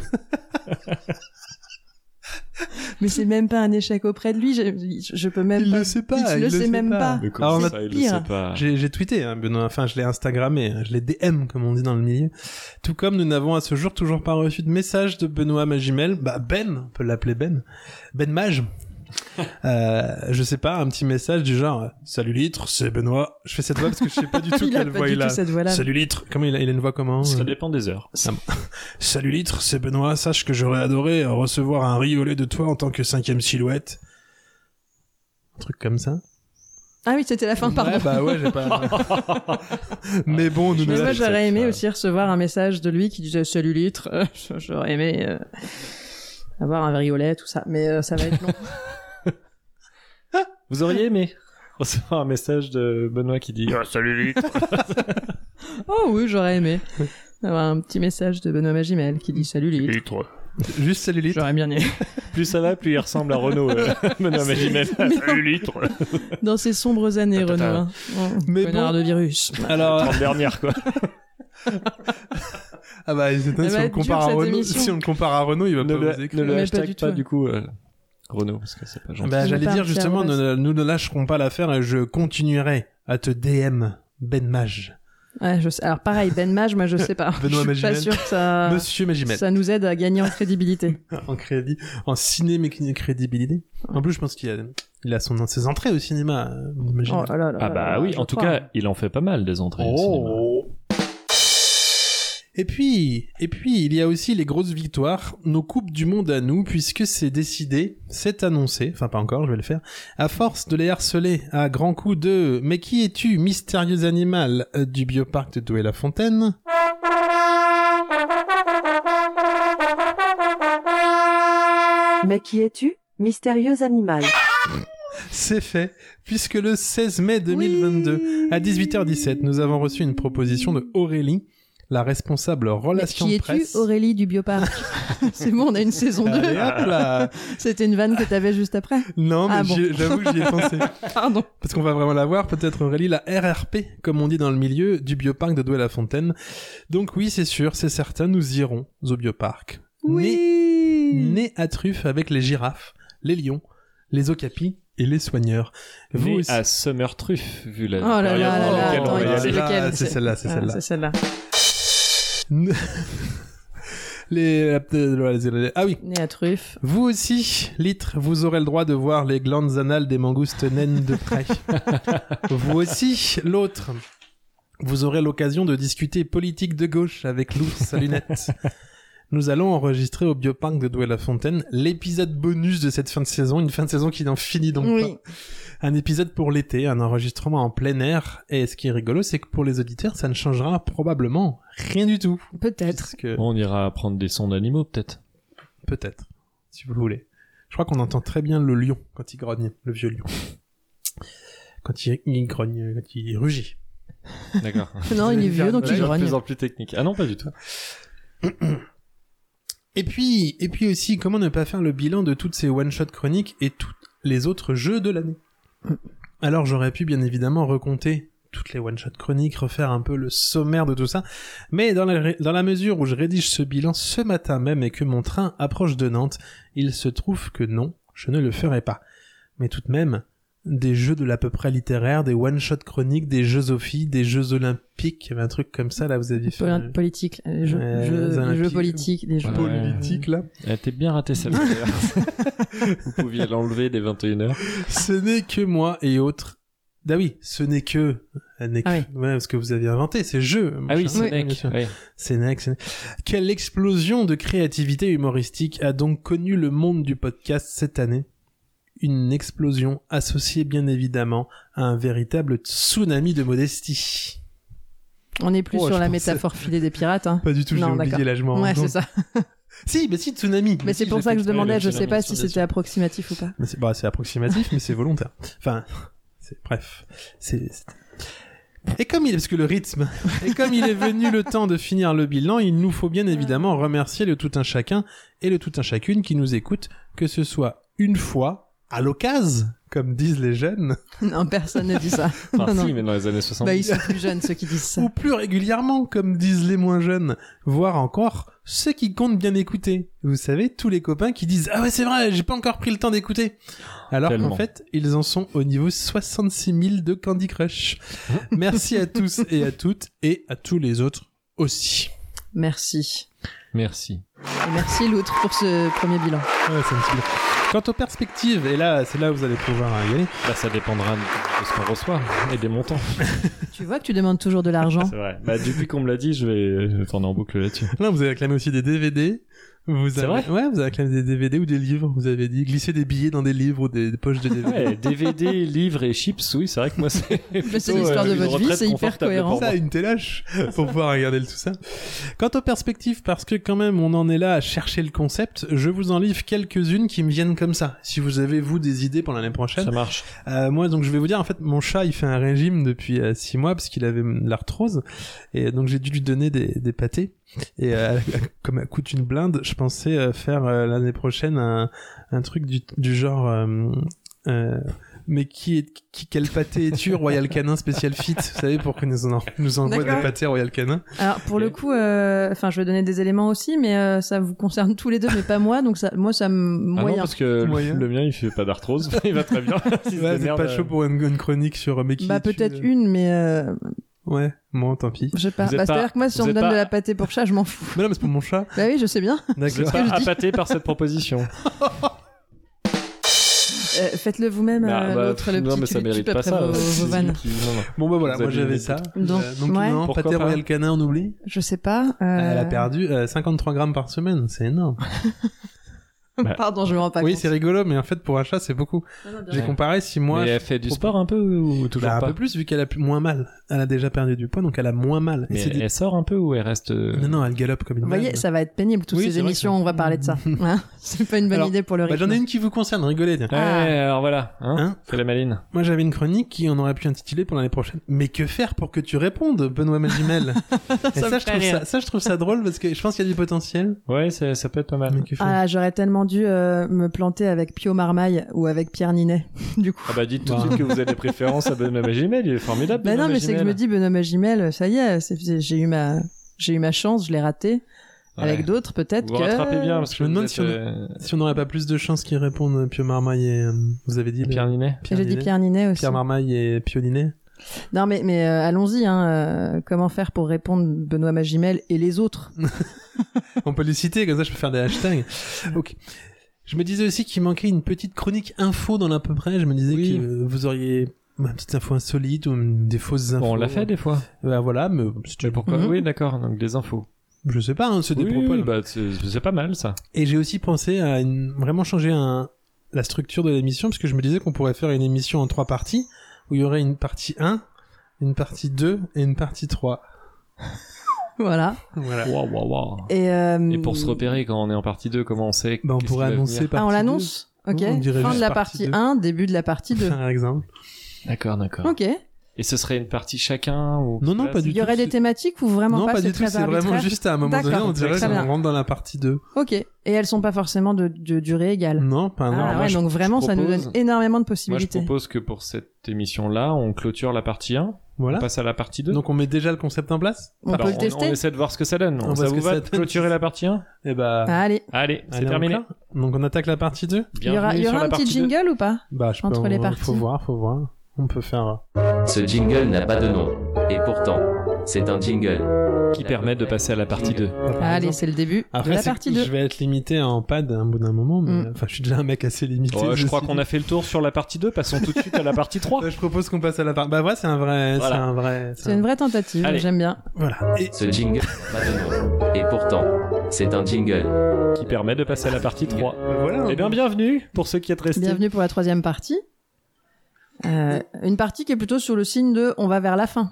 B: Mais c'est même pas un échec auprès de lui. Je, je- je peux même
A: Il
B: pas.
A: le sait pas,
B: Il le sait même pas.
F: Mais
A: Alors, on a-
B: ça, il le Ah, pire. sait
F: pas
A: J'ai j'ai tweeté, hein, Benoît, enfin je l'ai Instagrammé, hein, je l'ai DM comme on dit dans le milieu. Tout comme nous n'avons à ce jour toujours pas reçu de message de Benoît Magimel, bah Ben, on peut l'appeler Ben, Ben Mage. Euh, je sais pas, un petit message du genre euh, Salut Litre, c'est Benoît. Je fais cette voix parce que je sais pas du tout
B: Ah, il a
A: quelle
B: pas
A: voix
B: du
A: il a.
B: tout cette voix-là.
A: Salut Litre, comment il a, il a une voix comment euh,
F: Hein, Ça dépend des heures.
A: Salut Litre, c'est Benoît. Sache que j'aurais adoré euh, recevoir un riolet de toi en tant que cinquième silhouette. Un truc comme ça.
B: Ah oui, c'était la fin, pardon.
A: Ouais, bah ouais, j'ai pas. Mais bon, nous
B: Mais
A: nous
B: moi,
F: Ouais,
B: j'aurais
F: c'est-
B: aimé
F: ça-
B: aussi recevoir un message de lui qui disait Salut Litre, Euh, j'aurais aimé euh, avoir un vriolet, tout ça. Mais euh, ça va être long.
F: Vous auriez aimé recevoir un message de Benoît qui dit Ah, Salut Luc
B: oh oui, j'aurais aimé avoir un petit message de Benoît Magimel qui dit Salut Litre.
A: Juste salut Litre.
B: J'aurais bien aimé.
F: Plus ça va, plus il ressemble à Renaud, euh, Benoît Magimel. Salut Litre
B: Dans ses sombres années, Renaud. hein. Oh,
A: Mais
B: connard
A: bon.
B: de virus.
A: Alors,
F: 30 dernières quoi.
A: ah bah, c'est étonnant,
B: Elle
A: si,
B: va
A: on le
B: être
A: compare
B: dure,
A: à
B: cette
A: Renault,
B: émission.
A: si on le compare à Renault, il va
F: Ne
A: pas
F: le,
A: vous
F: ne
A: écrire.
F: le
B: Mais pas
F: hashtag
B: du
F: pas,
B: tout, ouais.
F: du coup euh, Renaud, parce que c'est pas gentil.
A: Bah,
B: Je
A: j'allais
B: vais pas
A: dire
B: me faire
A: justement, nous,
B: revasser.
A: ne- nous ne lâcherons pas l'affaire et je continuerai à te DM Ben Mage.
B: Ouais, je sais. Alors pareil, Ben Mage, moi je sais pas.
A: Benoît
B: je suis
A: Magimel.
B: pas sûr que ça,
A: Monsieur Magimel.
B: ça nous aide à gagner en crédibilité.
A: En crédit, en ciné mais crédibilité. En plus, je pense qu'il a, il a son, ses entrées au cinéma, euh, Magimel.
B: Oh là là là
F: Ah
B: là
F: bah
B: là,
F: oui,
B: je
F: en tout
B: crois.
F: cas, il en fait pas mal des entrées. au cinéma.
D: Oh
A: Et puis, et puis, il y a aussi les grosses victoires, nos coupes du monde à nous, puisque c'est décidé, c'est annoncé, enfin pas encore, je vais le faire, à force de les harceler à grands coups de « Mais qui es-tu, mystérieux animal euh, du bioparc de Douai-la-Fontaine »
G: Mais qui es-tu, mystérieux animal
A: C'est fait, puisque le 16 mai 2022, à 18h17, nous avons reçu une proposition de Aurélie, la responsable
B: Mais
A: relation
B: qui es-tu,
A: presse.
B: Aurélie du Bioparc C'est bon, on a une saison 2.
A: Allez, hop là
B: C'était une vanne que t'avais juste après.
A: Non, mais
B: Ah bon.
A: j'y- j'avoue que j'y ai pensé.
B: Pardon.
A: Parce qu'on va vraiment la voir, peut-être Aurélie, la RRP, comme on dit dans le milieu, du bioparc de Douai-la-Fontaine. Donc oui, c'est sûr, c'est certain, nous irons au bioparc.
B: Oui.
A: Né, né à truffe avec les girafes, les lions, les okapis et les soigneurs. Vous
F: Né
A: aussi.
F: à Summer Truff, vu la
B: Oh là là
F: période
B: là là,
F: dans laquelle
B: attends,
F: on va y
B: il
A: Ah,
B: c'est
F: aller.
B: lequel,
A: C'est
B: c'est-
A: celle-là, c'est
B: Ah,
A: celle-là.
B: c'est celle-là.
A: les... Ah oui,
B: Né à truffe.
A: Vous aussi, Litre, vous aurez le droit de voir les glandes anales des mangoustes naines de près. vous aussi, l'autre, vous aurez l'occasion de discuter politique de gauche avec l'ours à lunettes. Nous allons enregistrer au Bioparc de Douai-la-Fontaine l'épisode bonus de cette fin de saison, une fin de saison qui n'en finit donc pas
B: Oui.
A: un épisode pour l'été, un enregistrement en plein air. Et ce qui est rigolo, c'est que pour les auditeurs, ça ne changera probablement rien du tout.
B: Peut-être.
A: Parce que
F: On ira prendre des sons d'animaux peut-être.
A: Peut-être, si vous le voulez. Je crois qu'on entend très bien le lion quand il grogne, le vieux lion. Quand il, il grogne, quand il rugit.
F: D'accord.
B: Non, il est vieux, donc il
A: Toujours
F: De
B: grogne.
F: plus en plus technique. Ah non, pas du tout.
A: Et puis, et puis aussi, comment ne pas faire le bilan de toutes ces one-shot chroniques et tous les autres jeux de l'année Alors j'aurais pu bien évidemment recompter toutes les one-shot chroniques, refaire un peu le sommaire de tout ça, mais dans la, ré- dans la mesure où je rédige ce bilan ce matin même et que mon train approche de Nantes, il se trouve que non, je ne le ferai pas. Mais tout de même, des jeux de l'à peu près littéraire, des one-shot chroniques, des jeux ophi, des jeux olympiques, un truc comme ça, là vous aviez fait...
B: Poli- Politique. Euh, Les jeux,
A: Ouais,
B: jeux-
A: les
B: les
A: Olympiques.
B: jeux politiques. Des jeux.
F: Ouais.
A: politique là
F: Elle était bien ratée celle-là. d'ailleurs. Vous pouviez l'enlever dès 21h.
A: Ce n'est que moi et autres. Ah oui, ce n'est que. euh, n'est que-
B: Ah
A: Ouais, parce que vous aviez inventé ces jeux.
F: Ah oui,
A: machin.
F: Sénèque.
A: Bien sûr.
F: ouais.
A: Sénèque, Sénèque. Quelle explosion de créativité humoristique a donc connu le monde du podcast cette année Une explosion associée bien évidemment à un véritable tsunami de modestie.
B: On n'est plus
A: Oh,
B: sur
A: je
B: la
A: pensais-
B: métaphore filée des pirates. Hein.
A: Pas du tout, j'ai
B: Non,
A: oublié
B: d'accord.
A: là, je m'en rends
B: Ouais,
A: compte.
B: c'est ça.
A: Si, mais si, tsunami.
B: Mais c'est
A: si,
B: pour
A: j'ai
B: ça que
A: fait
B: je demandais,
A: exprès,
B: je
A: le
B: sais
A: tsunami.
B: pas
F: bien
B: si
F: sûr, bien
B: c'était approximatif ou pas.
A: Mais c'est bah, c'est approximatif, mais c'est volontaire. Enfin, c'est bref. C'est. c'est- Et comme il parce que le rythme, et comme il est venu le temps de finir le bilan, il nous faut bien évidemment remercier le tout un chacun et le tout un chacune qui nous écoute, que ce soit une fois, à l'occasion, comme disent les jeunes,
B: Non, personne ne dit ça.
F: Enfin,
B: Non,
F: si,
B: non.
F: mais dans les années 70.
B: Bah, ils sont plus jeunes, ceux qui disent ça.
A: ou plus régulièrement, comme disent les moins jeunes, voire encore ceux qui comptent bien écouter. Vous savez, tous les copains qui disent Ah ouais, c'est vrai, j'ai pas encore pris le temps d'écouter. Alors qu'en
F: Tellement.
A: fait, ils en sont au niveau 66 000 de Candy Crush. Merci à tous et à toutes, et à tous les autres aussi.
B: Merci.
F: Merci.
B: Et merci, l'autre, pour ce premier bilan.
A: Ouais, ça me saoule. Quant aux perspectives, et là, c'est là où vous allez pouvoir hein, y aller.
F: Bah, ça dépendra de ce qu'on reçoit et des montants.
B: Tu vois que tu demandes toujours de l'argent.
F: C'est vrai. Bah, depuis qu'on me l'a dit, je vais, je vais tourner en boucle là-dessus.
A: Là, vous avez acclamé aussi des DVD. Vous
F: C'est
A: avez...
F: vrai
A: Ouais, vous avez acclamé des DVD ou des livres, vous avez dit. Glisser des billets dans des livres ou des, des poches de DVD.
F: Ouais, DVD, livres et chips, oui, c'est vrai que moi, c'est. plutôt,
B: Bah,
F: euh,
B: c'est l'histoire de
F: une
B: votre vie,
F: retraite
B: c'est hyper
F: confortable
B: cohérent.
F: pour moi.
A: ça, une télache pour pouvoir regarder le tout ça. Quant aux perspectives, parce que quand même on en est là à chercher le concept, je vous en livre quelques-unes qui me viennent comme ça. Si vous avez vous des idées pour l'année prochaine,
F: Ça marche.
A: euh, moi donc je vais vous dire en fait mon chat il fait un régime depuis 6 mois parce qu'il avait de l'arthrose et euh, donc j'ai dû lui donner des, des pâtés et euh, comme elle coûte une blinde, je pensais euh, faire euh, l'année prochaine un, un truc du, du genre. euh, euh, mais qui est qui quel pâté es-tu Royal Canin spécial fit Vous savez pour qu'on nous, en- nous envoie des
B: D'accord.
A: pâtés Royal Canin
B: Alors, pour le coup, euh, enfin, je vais donner des éléments aussi, mais euh, ça vous concerne tous les deux, mais pas moi, donc ça, moi, ça me
F: Ah non,
B: moyen.
F: parce que le-
A: Moyen.
F: le mien, il fait pas d'arthrose. il va très bien. Si
A: Ouais,
F: c'est
A: c'est
F: merde,
A: pas
F: euh,
A: chaud pour une, une chronique sur euh, mais qui
B: bah,
A: es-tu,
B: peut-être
A: euh
B: une, mais euh,
A: Ouais, moi tant pis.
B: je sais pas.
F: Vous êtes
B: Bah,
F: pas-
B: C'est-à-dire que moi, si
F: vous
B: on me
F: êtes
B: donne
F: pas-
B: de la pâtée pour chat, je m'en fous.
A: Mais non mais c'est pour mon chat.
B: Bah oui, je sais bien.
F: Vous êtes
A: D'accord.
F: pas
B: que je dis. Ah,
F: appâté par cette proposition.
B: Euh, Faites-le vous-même,
F: Bah,
B: euh,
F: bah,
B: l'autre, le
F: non,
B: petit
F: mais ça
B: tube
F: mérite
B: après
F: pas ça.
B: vos, vos
F: C'est
B: vannes.
F: lui qui- non, non.
A: Bon bah voilà,
F: Vous
A: moi
F: avez
A: j'avais
F: des
A: ça.
B: doutes. Donc,
A: Euh, donc
B: ouais.
A: non,
F: Pourquoi
A: pâté
F: pas
A: Royal Canin on oublie.
B: Je sais pas.
F: Ah,
B: euh,
A: Elle a perdu euh, 53 grammes par semaine, c'est énorme.
F: Bah,
B: Pardon, je me rends pas
A: oui,
B: compte.
A: c'est rigolo, mais en fait pour un chat c'est beaucoup. J'ai comparé si moi
F: Mais elle fait du sport un peu ou toujours
A: Bah, un
F: pas
A: peu plus vu qu'elle a plus- moins mal. Elle a déjà perdu du poids donc elle a moins mal. Et
F: Mais
A: c'est des-
F: elle sort un peu ou elle reste. euh,
A: Non non, elle galope comme une
B: Vous
A: malade.
B: voyez, ça va être pénible, toutes
A: Oui, c'est
B: ces
A: vrai
B: émissions,
A: que-
B: on va parler de ça. Hein c'est pas une bonne
A: Alors,
B: idée pour le
A: Bah,
B: rythme.
A: j'en ai une qui vous concerne, rigolez. tiens.
F: Ouais,
B: Ah.
F: alors voilà. Hein
A: Hein
F: Fais la maline.
A: Moi j'avais une chronique qui on aurait pu intituler pour l'année prochaine. Mais que faire pour que tu répondes, Benoît Magimel Et
B: me
A: ça, je
B: ferait
A: trouve
B: rire.
A: ça, ça, je trouve ça drôle parce que je pense qu'il y a du potentiel.
F: Ouais, ça, ça peut être pas mal.
A: Mais que faire
B: Ah, j'aurais tellement dû euh, me planter avec Pio Marmaille ou avec Pierre Ninet, du coup.
F: Ah bah dites tout
A: Bah.
F: de suite que vous avez des préférences à Benoît Magimel, il est formidable.
B: Bah
F: Benoît
B: non, mais c'est que je me
F: Magimel.
B: dis, Benoît Magimel, ça y est, c'est- c'est- j'ai eu ma, j'ai eu ma chance, je l'ai raté.
F: Ouais.
B: Avec d'autres, peut-être
F: Vous
B: que.
F: rattrapez bien parce
A: Je
F: que
A: me
F: vous
A: demande
F: êtes,
A: si on-
F: euh,
A: Si on n'aurait pas plus de chances qu'ils répondent Pio Marmaille et euh, vous avez dit le-
F: Pierre Ninet.
B: J'ai dit
A: Ninet
B: Pierre Ninet aussi.
A: Pierre Marmaille et Pio Ninet.
B: non, mais, mais euh, allons-y, hein, euh, comment faire pour répondre Benoît Magimel et les autres
A: On peut les citer, comme ça je peux faire des hashtags. ok. Je me disais aussi qu'il manquait une petite chronique info dans l'à peu près. Je me disais
F: Oui.
A: que euh, vous auriez une petite info insolite ou une- des fausses infos.
F: Bon, on l'a fait des fois.
A: Bah voilà, mais c'était
F: Mais pourquoi
B: Mhm.
F: Oui, d'accord, donc des infos.
A: Je sais pas, hein, c'est des
F: Oui,
A: propos. là.
F: bah, c'est c'est pas mal ça.
A: Et j'ai aussi pensé à une- vraiment changer un- la structure de l'émission, parce que je me disais qu'on pourrait faire une émission en trois parties, où il y aurait une partie 1, une partie 2 et une partie 3.
B: Voilà.
A: Voilà.
F: Waouh, waouh, waouh.
B: Et, euh,
F: Et pour se repérer quand on est en partie 2, comment on sait
A: Bah, on
F: qu'est-ce
A: pourrait
F: qui va
A: annoncer
F: venir
A: partie
B: Ah, on
A: 2,
B: l'annonce Ok.
A: On dirait
B: fin
A: juste
B: de la
A: partie
B: partie
A: deux.
B: 1, début de la partie 2.
A: par exemple.
F: D'accord, d'accord.
B: ok.
F: Et ce serait une partie chacun ou
A: Non, non, pas du
B: Il
A: tout,
B: y aurait
A: c'est-
B: des thématiques ou vraiment
A: non,
B: Ah, pas,
A: pas du tout,
B: très
A: c'est vraiment
B: arbitraire
A: juste à un moment donné,
B: D'accord,
A: on dirait
B: très
A: qu'on
B: bien.
A: rentre dans la partie 2.
B: Ok. Et elles sont pas forcément de, de durée égale.
A: Non, pas
B: Ah
A: non.
F: moi,
B: ouais,
F: je-
B: donc vraiment,
F: je
B: ça nous
F: propose-
B: donne énormément de
F: Moi, je
B: possibilités.
F: propose que pour cette émission-là, on clôture la partie 1, on
A: Voilà.
F: passe à la partie 2.
A: Donc on met déjà le concept en place
B: on
F: Alors,
B: peut le tester
F: On essaie de voir ce que ça donne.
A: On voit
F: ça
A: ce
F: vous
A: que ça
F: va de
A: donne.
F: clôturer la partie 1
A: Et bah...
B: Allez.
F: Allez, c'est
A: allez, on
F: terminé.
A: clôt. Donc on attaque la partie 2
B: Il y aura, il y
F: Bienvenue sur
B: aura
F: la
B: un petit
F: partie deux.
B: jingle ou pas
A: Bah je
B: Entre
A: peux...
B: les
A: Faut
B: parties.
A: voir, faut voir. On peut faire... euh,
H: Ce jingle n'a pas de nom. Et pourtant, c'est un jingle.
F: qui permet de passer à la partie 2.
A: Par
B: Allez,
A: exemple.
B: c'est le début
A: Après,
B: de la
A: c'est que
B: partie
A: je
B: 2.
A: vais être limité en pad à un bout d'un moment, mais
B: Mm.
A: enfin, je suis déjà un mec assez limité.
F: Ouais, Oh, je crois
A: suis-
F: qu'on a fait le tour sur la partie 2, passons tout de suite à la partie 3.
A: Ouais, je propose qu'on passe à la partie. Bah ouais, c'est un vrai,
F: Voilà.
A: c'est un vrai.
B: C'est une vraie tentative,
F: Allez.
B: j'aime bien.
A: Voilà. Et
H: Ce jingle n'a pas de nom. Et pourtant, c'est un jingle.
F: Qui permet de passer à la partie 3.
A: bah, voilà.
F: Eh bien, bienvenue pour ceux qui êtes restés.
B: Bienvenue pour la troisième partie. Euh, une partie qui est plutôt sur le signe de on va vers la fin.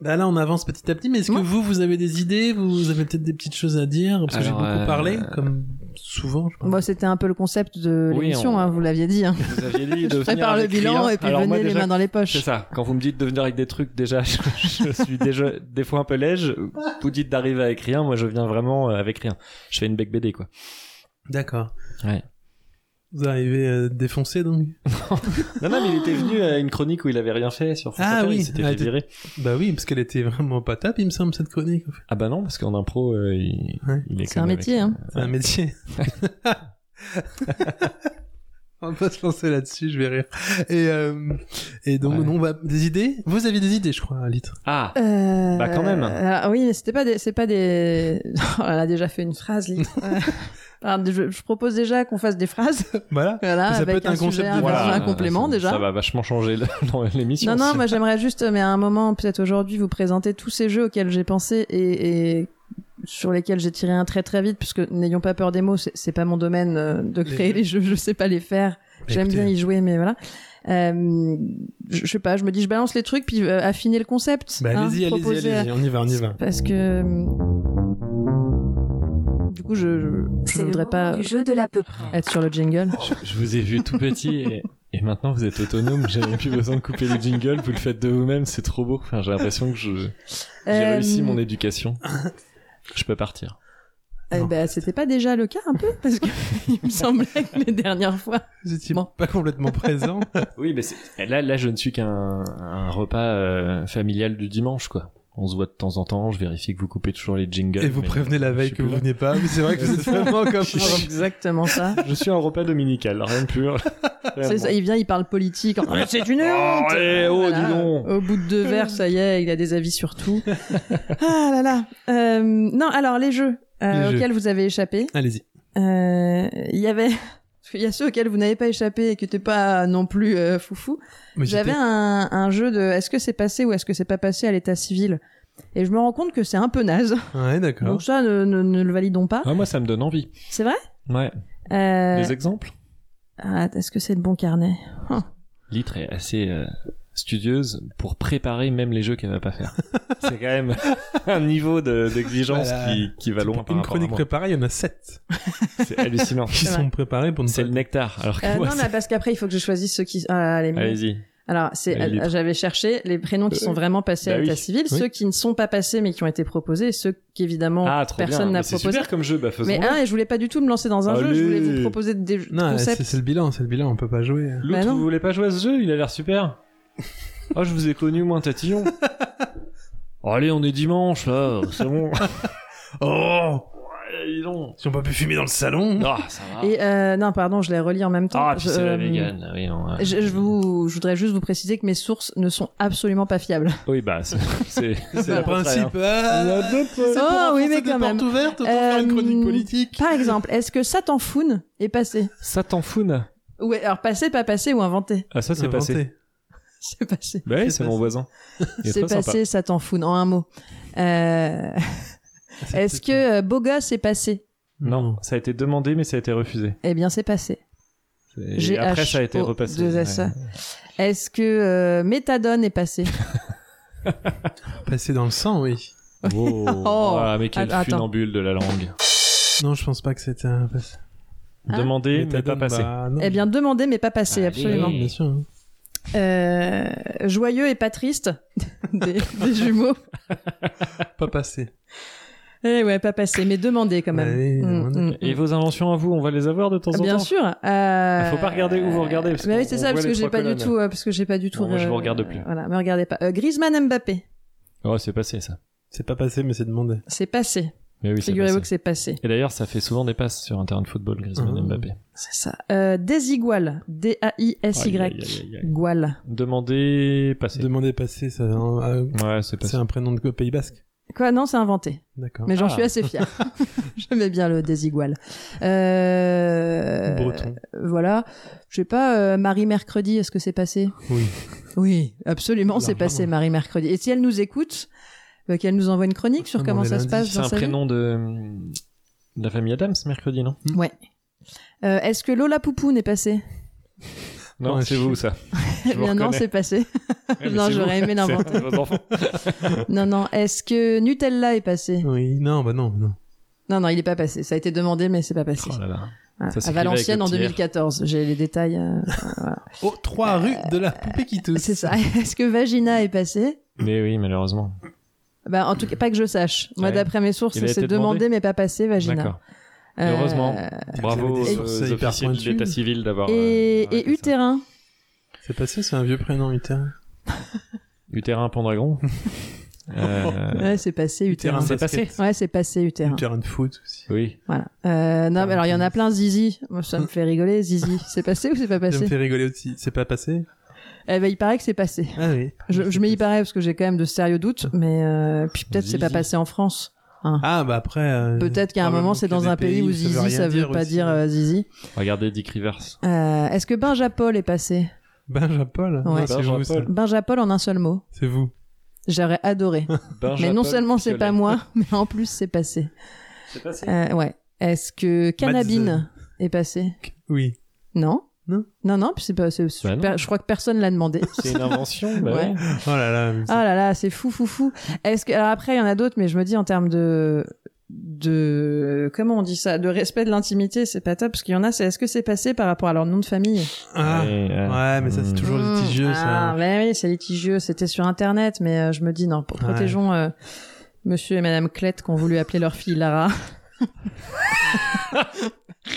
A: Bah là, on avance petit à petit, mais est-ce que
B: Ouais.
A: vous, vous avez des idées Vous avez peut-être des petites choses à dire Parce que j'ai
F: Alors,
A: beaucoup
F: euh,
A: parlé, comme souvent, je pense.
B: Bon, c'était un peu le concept de
F: Oui,
B: l'émission,
F: on-
B: hein, vous l'aviez dit. Hein.
F: Vous aviez
B: Je
F: dit de venir
B: prépare le
F: avec
B: bilan
F: rien.
B: et puis
F: Alors, moi,
B: venez les
F: déjà,
B: mains dans les
F: C'est
B: poches.
F: ça. Quand vous me dites de venir avec des trucs, déjà, je, je suis déjà des fois un peu lège. Vous dites d'arriver avec rien, moi je viens vraiment euh, avec rien. Je fais une bec BD quoi.
A: D'accord.
F: Ouais.
A: Vous arrivez euh, défoncé, donc
F: Non, non, mais il était venu à une chronique où il avait rien fait sur France
A: Ah
F: Inter,
A: oui.
F: il s'était
A: Ah,
F: fait
A: t'es-
F: virer.
A: Bah oui, parce qu'elle était vraiment pas top, il me semble, cette chronique. en fait.
F: Ah bah non, parce qu'en impro, euh, il,
A: Ouais.
F: il est
B: C'est
F: quand
B: un
F: même
B: métier,
F: avec-
B: hein.
A: C'est un métier. on va pas se lancer là-dessus, je vais rire. Et, euh, et donc,
F: Ouais.
A: non, bah, des idées Vous aviez des idées, je crois, Alitre.
F: Ah,
B: Euh,
F: Bah, quand même.
B: alors, oui, mais c'était pas des, c'est pas des. Oh, elle a déjà fait une phrase. Lise. Euh, alors, je, je propose déjà qu'on fasse des phrases.
A: Voilà.
B: Voilà,
A: Ça peut
B: avec
A: être un concept
B: sujet,
A: de-
B: un,
A: Voilà,
B: un
F: euh,
B: complément
F: ça-
B: déjà.
F: Ça va vachement changer le- dans l'émission.
B: Non, non,
F: C'est-
B: moi j'aimerais juste, euh, mais à un moment, peut-être aujourd'hui, vous présenter tous ces jeux auxquels j'ai pensé et, et sur lesquels j'ai tiré un trait très vite, puisque n'ayons pas peur des mots, c'est- c'est pas mon domaine euh, de
A: Les
B: créer
A: jeux. Bah,
B: les jeux, je sais pas les faire, j'aime bien y jouer, mais voilà. Euh, je, je sais pas, je me dis, je balance les trucs, puis euh, affiner le concept.
A: Bah,
B: hein,
A: allez-y, allez-y,
B: proposer-
A: allez-y, on y va, on y va.
B: Parce que. euh, Du coup, je, je, je
G: C'est le
B: voudrais
G: moment
B: pas
G: du jeu de l'à peu près.
B: être sur le jingle.
F: Je, je vous ai vu tout petit et, et maintenant vous êtes autonome. J'avais plus besoin de couper les jingles. Vous le faites de vous-même. C'est trop beau. Enfin, j'ai l'impression que je- j'ai
B: Euh,
F: réussi mon éducation. Je peux partir.
B: eh
A: Non.
B: ben, c'était pas déjà le cas un peu parce que il me semblait que les dernières fois.
A: Vous étiez
B: Bon.
A: pas complètement présent.
F: Oui, mais c'est- eh, là, là, je ne suis qu'un un repas euh, familial du dimanche, quoi. On se voit de temps en temps. Je vérifie que vous coupez toujours les jingles.
A: et vous
F: mais
A: prévenez la
F: je
A: veille
F: suis
A: que
F: plus
A: vous
F: là.
A: venez pas. Mais c'est vrai que vous êtes vraiment comme.
B: C'est exactement ça.
F: Je suis un repas dominical, rien de plus.
B: C'est ça, Il vient, il parle politique. en- C'est une honte.
F: Oh, eh, oh,
B: Ah.
F: dis donc.
B: Au bout de deux verres, ça y est, il a des avis sur tout. ah là là. Euh, non, alors les jeux euh,
A: Les jeux.
B: auxquels vous avez échappé.
A: Allez-y.
B: Euh, Il y avait. Il y a ceux auxquels vous n'avez pas échappé et qui n'étaient pas non plus euh, foufou.
A: Mais
B: J'avais
A: j'étais-
B: un, un jeu de est-ce que c'est passé ou est-ce que c'est pas passé à l'état civil Et je me rends compte que c'est un peu naze.
A: Ouais, d'accord.
B: Donc ça, ne, ne- ne le validons pas.
F: Ah, moi, ça me donne envie.
B: C'est vrai
F: Ouais.
B: Euh,
F: Les exemples
B: ah, Est-ce que c'est le bon carnet
F: Litre est assez euh, studieuse pour préparer même les jeux qu'elle va pas faire. C'est quand même un niveau de- d'exigence
A: Voilà.
F: qui, qui va loin. par
A: Une
F: rapport à
A: chronique
F: moi.
A: préparée, il y en a sept
F: C'est hallucinant.
A: qui
B: C'est
A: sont
B: vrai.
A: préparées pour ne
F: C'est
A: pas.
F: le nectar. Alors que
B: Euh,
F: moi,
B: Non, mais
F: c'est-
B: parce qu'après, il faut que je choisisse ceux qui. Ah, les miens.
F: Allez-y.
B: Alors, c'est, euh,
F: Allez, libre.
B: j'avais cherché les prénoms
A: Euh,
B: qui sont vraiment passés
F: Bah
B: à l'état
F: oui.
B: civil,
A: Oui.
B: ceux qui ne sont pas passés mais qui ont été proposés, et ceux qu'évidemment
F: Ah, trop bien.
B: personne
F: Mais
B: n'a
F: C'est
B: proposé.
F: super comme jeu. Bah, faisons
B: mais un, et je voulais pas du tout me lancer dans un jeu, je voulais
F: Allez.
B: vous proposer des jeux-
A: Non,
B: concepts.
A: c'est c'est le bilan, c'est le bilan, on peut pas jouer.
F: L'autre,
B: Bah non.
F: vous voulez pas jouer à ce jeu Il a l'air super. Oh, je vous ai connu, moi, un tatillon. Oh, allez, on est dimanche, là. C'est bon.
A: Oh
F: Allez, dis donc.
A: Si on peut plus fumer dans le salon
F: Ah, ça va.
B: Et euh, non, pardon, je les relis en même temps.
F: Ah, puis
B: Je-
F: c'est la
B: euh,
F: vegan. là, Oui, non, hein. ouais.
B: Je, je vous, je voudrais juste vous préciser que mes sources ne sont absolument pas fiables.
F: Oui, bah, c'est- c'est
A: C'est le principe. Ah,
B: Oh, oui, mais quand même.
A: portes ouvertes, autant faire une
B: Euh,
A: chronique politique.
B: Par exemple, est-ce que ça t'en foune est passé
F: Ça t'en fout, na.
B: Ou alors passé, pas passé ou inventé
F: Ah, ça, c'est
A: Inventé.
F: passé.
B: C'est passé.
F: Bah
A: C'est
F: oui, c'est mon
A: passé.
F: voisin. Il est
B: C'est
F: très sympa.
B: passé, ça t'en fout, en un mot. Euh,
A: C'est
B: Est-ce
A: peut-être-
B: que euh, beau gosse est passé Mmh.
F: Non, ça a été demandé, mais ça a été refusé.
B: Eh bien, c'est passé.
F: Et après, ça a été repassé.
B: G-H-O-2-S.
F: Ouais.
B: Est-ce que euh, méthadone est passé
A: Passé dans le sang, oui.
F: Wow.
B: Oh.
F: Ah, mais quel
B: Attends.
F: funambule de la langue.
A: Non, je pense pas que c'était un passé.
B: Hein
F: Demandé, mais pas
A: Méthadone,
F: passé.
A: bah, non.
B: Eh bien, demandé mais pas passé,
F: Allez.
B: absolument.
A: Bien sûr. hein.
B: Euh, joyeux et pas triste des, des jumeaux.
A: Pas passé.
B: Eh ouais, pas passé, mais demandé quand même.
A: Ouais,
B: Mm,
A: demandé.
B: mm, mm.
F: Et vos inventions à vous, on va les avoir de temps en temps
B: Ah, Bien sûr. Euh...
F: Faut pas regarder où vous regardez, parce
B: Bah oui,
F: qu'on-
B: c'est
F: on
B: ça,
F: voit
B: parce
F: les
B: que j'ai
F: trois
B: pas du
F: colonnes.
B: tout, euh, parce que j'ai pas du tout.
F: Non, moi, je
B: euh,
F: vous regarde plus.
B: Voilà, me regardez pas. Euh, Griezmann Mbappé,
F: Oh, c'est passé, ça.
A: C'est pas passé, mais c'est demandé.
B: c'est passé.
F: Mais oui, c'est
B: Figurez-vous
F: passé.
B: que c'est Mmh. passé.
F: Et d'ailleurs, ça fait souvent des passes sur un terrain de football, Griezmann
A: Ah.
F: et Mbappé.
B: C'est ça. Euh, désigual. D-A-I-S-Y.
F: Aïe, aïe, aïe, aïe.
B: Gual.
F: Demandé, passé.
A: Demandé passé, ça, euh,
F: Ouais, c'est
A: c'est
F: passé.
A: un prénom de Pays Basque.
B: Quoi Non, c'est inventé.
A: D'accord.
B: Mais j'en
F: Ah.
B: suis assez fier. J'aimais bien le désigual. Euh...
A: Breton.
B: Voilà. Je sais pas, euh, Marie Mercredi, est-ce que c'est passé
A: Oui.
B: Oui, absolument, c'est
A: Largement.
B: passé Marie Mercredi. Et si elle nous écoute, bah, qu'elle nous envoie une chronique sur
A: Ah, mais on
B: comment
A: est
B: ça se
A: lundi,
B: passe
F: C'est
B: dans
F: un
B: sa vie.
F: prénom de de la famille Adams, mercredi, non
B: Euh, est-ce que Lola Poupoune est passée
F: Non,
A: Ouais,
F: c'est
A: je-
F: vous ça.
B: Eh bien non,
F: reconnais.
B: c'est passé.
F: Ouais, mais
B: non,
F: c'est
B: j'aurais
F: vous.
B: aimé
F: C'est
B: l'inventer.
F: vos enfants.
B: non, non. Est-ce que Nutella est passé
A: Oui, non, bah non, non.
B: Non, non, il est pas passé. Ça a été demandé, mais c'est pas passé.
F: Oh là là.
B: Voilà.
F: Ça
B: à
F: s'écrivait
B: Valenciennes en
F: avec le tiers.
B: 2014. J'ai les détails. euh,
A: Oh, trois rues de la poupée qui tousse.
B: c'est ça. Est-ce que Vagina est passé
F: Mais oui, malheureusement.
B: bah, en tout cas, pas que je sache. Moi,
F: Ouais.
B: d'après mes sources,
F: Il a
B: c'est
F: été
B: demandé,
F: demandé,
B: mais pas passé, Vagina.
F: D'accord. Heureusement.
B: Euh,
F: Bravo
A: Vous avez
F: aux
A: des sources euh,
F: aux
A: hyper
F: officiers de
A: pointues.
F: l'état civil d'avoir.
B: Et,
F: euh,
B: et
F: arrêté ça.
B: Utérin.
A: C'est passé, c'est un vieux prénom, Utérin.
F: Utérin Pendragon. Euh,
B: Ouais, c'est passé, Utérin.
A: Utérin.
F: C'est
A: basket.
F: passé.
B: Ouais, c'est passé, Utérin.
A: Utérin de foot aussi.
F: Oui.
B: Voilà. Euh, non, mais alors il y en a plein, Zizi. Moi, ça me fait rigoler, Zizi. C'est passé ou c'est pas
A: Hein Ça me
B: passé
A: fait rigoler aussi. C'est pas passé
B: Eh ben, il paraît que c'est passé.
A: Ah oui.
B: Je, je mets y paraît parce que j'ai quand même de sérieux doutes, mais euh, puis peut-être c'est pas
F: Zizi.
B: passé en France.
A: Ah bah après. euh,
B: Peut-être qu'à un
A: probablement
B: moment c'est
A: qu'il y a
B: dans
A: des
B: un pays où Zizi
A: rien
B: ça veut pas
A: aussi.
B: dire euh, Zizi.
F: Regardez Dick Rivers.
B: Euh, Est-ce que Benjapol est passé
A: Benja Paul. Non, c'est
F: Benja
A: vous, ça.
F: Paul.
B: Benjapol en un seul mot.
A: C'est vous.
B: J'aurais adoré. mais non seulement c'est pas moi, mais en plus c'est passé.
F: C'est passé.
B: Euh, ouais. Est-ce que Cannabine est passé
A: Oui.
B: Non.
A: Non.
B: Non, non, puis c'est pas. c'est-
F: Bah non.
B: per- je crois que personne l'a demandé.
F: C'est une invention. bah
B: Ouais.
F: ouais.
A: Oh là là. mais c'est-
B: Ah là là, c'est fou, fou, fou. Est-ce que alors après il y en a d'autres, mais je me dis en termes de de comment on dit ça, de respect de l'intimité, c'est pas top parce qu'il y en a. C'est est-ce que c'est passé par rapport à leur nom de famille
A: Ah.
F: Et, euh,
A: Ouais, mais ça c'est
F: hmm.
A: toujours
B: Mmh.
A: litigieux
B: Ah
A: ça.
B: ben oui, c'est litigieux. C'était sur Internet, mais euh, je me dis non, pro-
A: Ouais.
B: protégeons euh, Monsieur et Madame Clette qui ont voulu appeler leur fille Lara.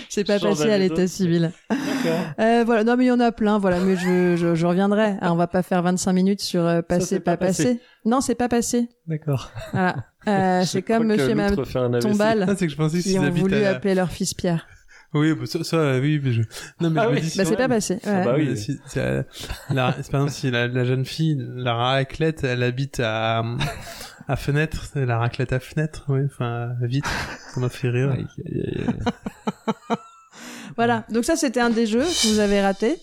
B: c'est pas
F: Change
B: passé à
F: d'anecdote.
B: l'état civil.
F: D'accord.
B: Euh, voilà, non mais il y en a plein, voilà, mais je, je, je reviendrai. Ah, on va pas faire 25 minutes sur euh, passer,
F: c'est
B: pas,
F: pas
B: passer.
F: passé.
B: Non, c'est pas passé.
F: D'accord.
B: Voilà. Euh, c'est comme Monsieur et Madame Tombal
A: Ah, c'est que je pensais
B: qui
A: qu'ils
B: ont
A: habitent
B: voulu
A: à...
B: appeler leur fils Pierre.
A: Oui, bah, ça, ça, euh, oui, mais je... Non, mais
F: Ah
A: je me
F: oui.
A: dis... si-
B: Bah
F: C'est
B: c'est
F: vrai.
B: pas passé.
F: Ah
B: ouais.
F: bah
A: mais
F: oui.
A: si- si, euh, la- c'est par exemple, si la, la jeune fille, la raclette, elle habite à, à fenêtre, c'est la raclette à fenêtre, oui, enfin, à vitre, ça m'a fait rire.
F: Aïe, aïe,
B: Ah,
F: Ah, aïe, aïe.
B: Voilà. Donc ça, c'était un des jeux que vous avez raté.